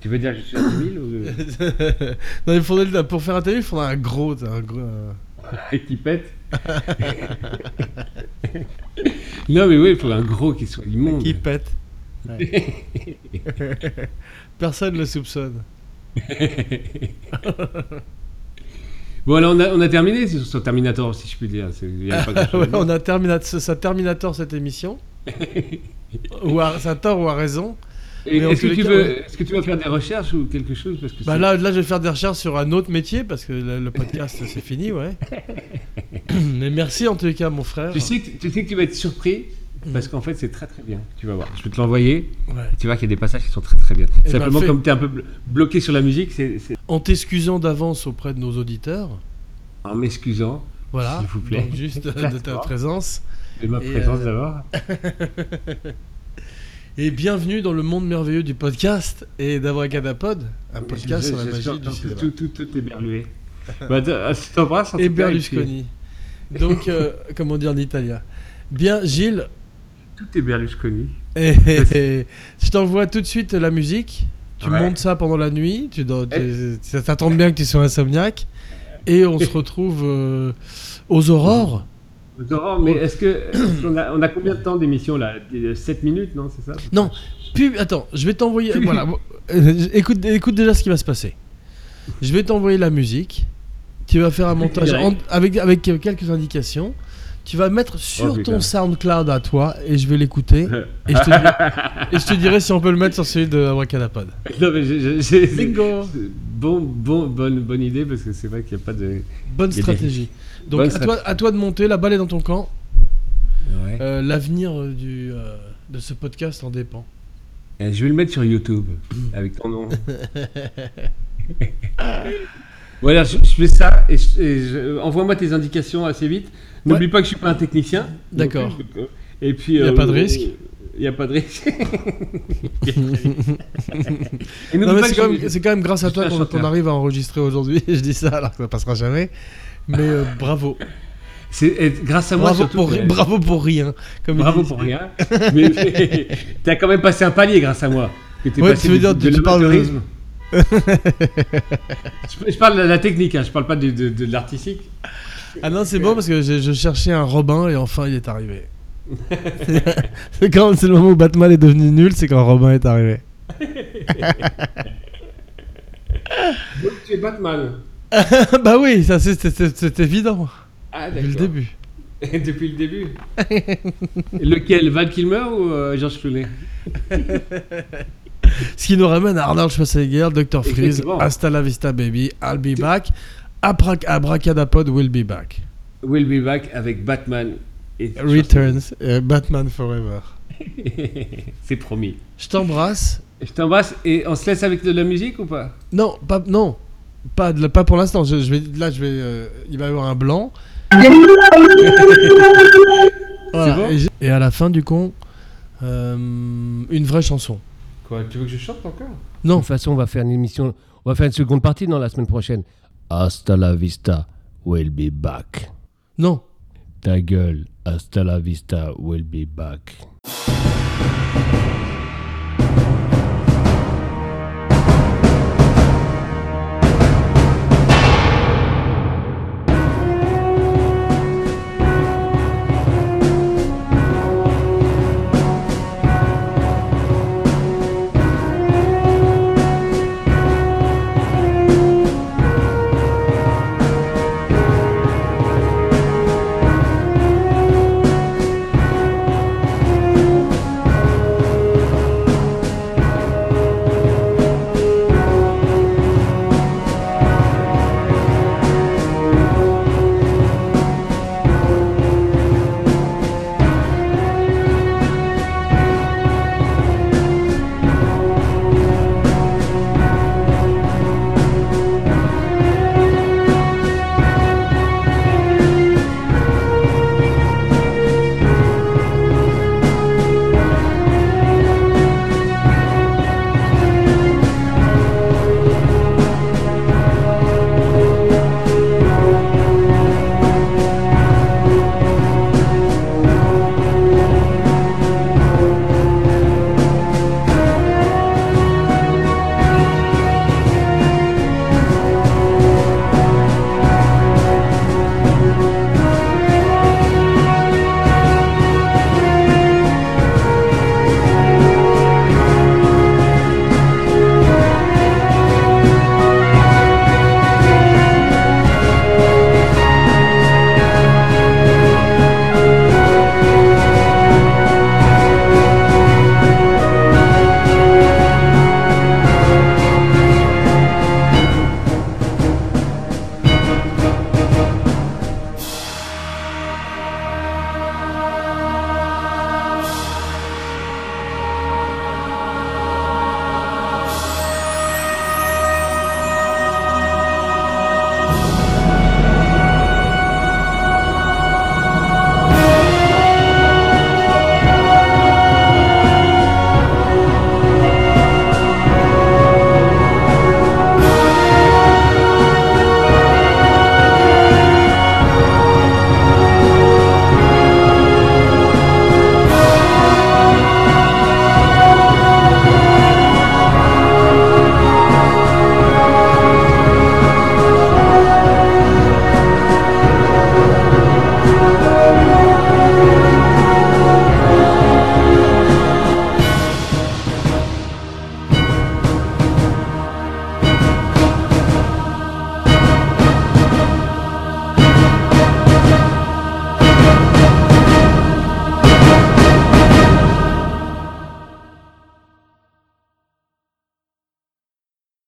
Speaker 2: tu veux dire <laughs> que je suis à 10 000 ou
Speaker 1: non, il faudrait le- pour faire un télé, il faudrait un gros. t'as Un gros un-
Speaker 2: Et qui
Speaker 1: <laughs>
Speaker 2: pète Non, mais oui, il faut un gros qui soit immonde.
Speaker 1: Qui pète. Personne ne le soupçonne.
Speaker 2: <laughs> bon, alors on a, on a terminé sur, sur Terminator, si je puis dire. C'est- il y a pas grand-chose.
Speaker 1: <laughs> Ah Ouais, on a terminat- ça Terminator cette émission. ou à, ça a tort ou à raison.
Speaker 2: Et-
Speaker 1: mais en
Speaker 2: Est-ce
Speaker 1: tous
Speaker 2: que,
Speaker 1: les
Speaker 2: tu
Speaker 1: cas,
Speaker 2: veux-
Speaker 1: ouais.
Speaker 2: est-ce que tu vas faire des recherches ou quelque chose parce que
Speaker 1: Bah
Speaker 2: c'est-
Speaker 1: là, là, je vais faire des recherches sur un autre métier parce que le, le
Speaker 2: <laughs>
Speaker 1: podcast c'est fini, ouais. <coughs> Mais merci en tous les cas, mon frère.
Speaker 2: tu, sais que, tu sais que tu vas être surpris parce qu'en fait, c'est très très bien. Tu vas voir. Je vais te l'envoyer.
Speaker 1: Mm. Ouais.
Speaker 2: Tu vois qu'il y a des passages qui sont très très bien.
Speaker 1: Eh ben,
Speaker 2: Simplement,
Speaker 1: fais.
Speaker 2: comme tu es un peu blo- bloqué sur la musique, c'est c'est-
Speaker 1: En t'excusant d'avance auprès de nos auditeurs.
Speaker 2: en m'excusant
Speaker 1: Voilà.
Speaker 2: S'il vous plaît.
Speaker 1: Donc, juste euh, de ta présence.
Speaker 2: de ma
Speaker 1: Et,
Speaker 2: présence
Speaker 1: euh,
Speaker 2: d'abord.
Speaker 1: Et bienvenue dans le monde merveilleux du podcast et d'Abracadapod, un podcast
Speaker 2: Je-
Speaker 1: sur la
Speaker 2: je- je-
Speaker 1: magie du
Speaker 2: tout-
Speaker 1: cinéma.
Speaker 2: Tout, tout, tout est berlué. bah, de- je t'embrasse. en
Speaker 1: Et
Speaker 2: tout cas,
Speaker 1: Berlusconi. Donc, <laughs> euh, comment dire en italien Bien, Gilles,
Speaker 2: puis, Tout est Berlusconi.
Speaker 1: <laughs> et, et- je t'envoie tout de suite la musique. Tu
Speaker 2: Ouais.
Speaker 1: montes ça pendant la nuit. Tu, dors- tu- ça ça tombe bien que tu sois insomniaque. Et on se retrouve euh, aux aurores.
Speaker 2: Laurent, mais est-ce que. est-ce qu'on a- on, a, combien de temps d'émission là 7 minutes, non C'est ça
Speaker 1: Non, pub. Attends, je vais t'envoyer.
Speaker 2: Pub.
Speaker 1: voilà, bon, euh, écoute, écoute déjà ce qui va se passer. Je vais t'envoyer la musique. Tu vas faire un montage en-
Speaker 2: Direct. Oh,
Speaker 1: avec, avec euh, quelques indications. Tu vas mettre sur
Speaker 2: putain.
Speaker 1: ton SoundCloud à toi et je vais l'écouter. et, je te dirai-
Speaker 2: <laughs>
Speaker 1: et je te dirai si on peut le mettre sur celui de Abracadapod.
Speaker 2: Non, mais j'ai- j'ai- j'ai-
Speaker 1: Bingo.
Speaker 2: Bon, bon, bonne, bonne idée parce que c'est vrai qu'il n'y a pas de.
Speaker 1: Bonne
Speaker 2: Il y a des-
Speaker 1: stratégie. Donc
Speaker 2: Bonne
Speaker 1: à, toi, à toi de monter, la balle est dans ton camp.
Speaker 2: Ouais.
Speaker 1: Euh, L'avenir euh, du, euh, de ce podcast en dépend.
Speaker 2: Euh, Je vais le mettre sur YouTube avec ton nom. <laughs> voilà, je, je fais ça et, je- et je- envoie-moi tes indications assez vite. N'oublie pas que je suis pas un technicien.
Speaker 1: D'accord.
Speaker 2: Donc, euh, Et puis. Il
Speaker 1: Y a pas de risque.
Speaker 2: Il n'y a pas de
Speaker 1: <laughs>
Speaker 2: risque. <laughs> et
Speaker 1: Non,
Speaker 2: n'oublie
Speaker 1: mais
Speaker 2: pas
Speaker 1: c'est
Speaker 2: que
Speaker 1: quand,
Speaker 2: je-
Speaker 1: même- c'est quand même grâce
Speaker 2: <laughs>
Speaker 1: à
Speaker 2: je suis
Speaker 1: toi
Speaker 2: un
Speaker 1: qu'on
Speaker 2: chanteur.
Speaker 1: qu'on arrive à enregistrer aujourd'hui. <laughs> Je dis ça alors que ça passera jamais. Mais euh, bravo.
Speaker 2: c'est et grâce à moi.
Speaker 1: Bravo
Speaker 2: surtout,
Speaker 1: pour,
Speaker 2: que-
Speaker 1: ri- bravo pour rien. Comme
Speaker 2: bravo
Speaker 1: il dit.
Speaker 2: pour rien. Mais, mais t'as quand même passé un palier grâce à moi. Que t'es
Speaker 1: Ouais,
Speaker 2: passé
Speaker 1: tu veux
Speaker 2: de-
Speaker 1: dire,
Speaker 2: de
Speaker 1: tu parles de- <laughs>
Speaker 2: l'amateurisme. je, je parle de la technique, hein, je parle pas de, de, de l'artistique.
Speaker 1: Ah non, c'est bon parce que je, je cherchais un Robin et enfin il est
Speaker 2: <laughs>
Speaker 1: arrivé. c'est quand c'est le moment où Batman est devenu nul, c'est quand Robin est arrivé.
Speaker 2: Donc, tu es Batman.
Speaker 1: <laughs> bah oui, ça c'est- c'est c'est- c'est évident
Speaker 2: Ah,
Speaker 1: depuis le début.
Speaker 2: <laughs> Depuis le début. Lequel Val Kilmer ou euh, George Clooney
Speaker 1: Ce qui nous ramène à Arnold Schwarzenegger, Dr Freeze,
Speaker 2: Exactement.
Speaker 1: Hasta la vista baby, I'll be back, Abrac Abracadapod will be back,
Speaker 2: We'll be back avec Batman.
Speaker 1: <laughs>
Speaker 2: Et
Speaker 1: Returns, euh, Batman Forever.
Speaker 2: <laughs> C'est promis.
Speaker 1: Je t'embrasse.
Speaker 2: Je t'embrasse et on se laisse avec de la musique ou pas
Speaker 1: Non, pas non, pas de- pas pour l'instant. Je, je vais là, je vais, euh, il va y avoir
Speaker 2: <laughs>
Speaker 1: un blanc. Voilà,
Speaker 2: C'est bon
Speaker 1: et, j'ai- et à la fin du con, euh, une vraie chanson.
Speaker 2: Quoi Tu veux que je chante encore
Speaker 3: De toute façon, on va faire une émission, on va faire une seconde partie dans la semaine prochaine. Hasta la vista, we'll be back.
Speaker 1: Non.
Speaker 3: Ta gueule, hasta la vista, we'll be back.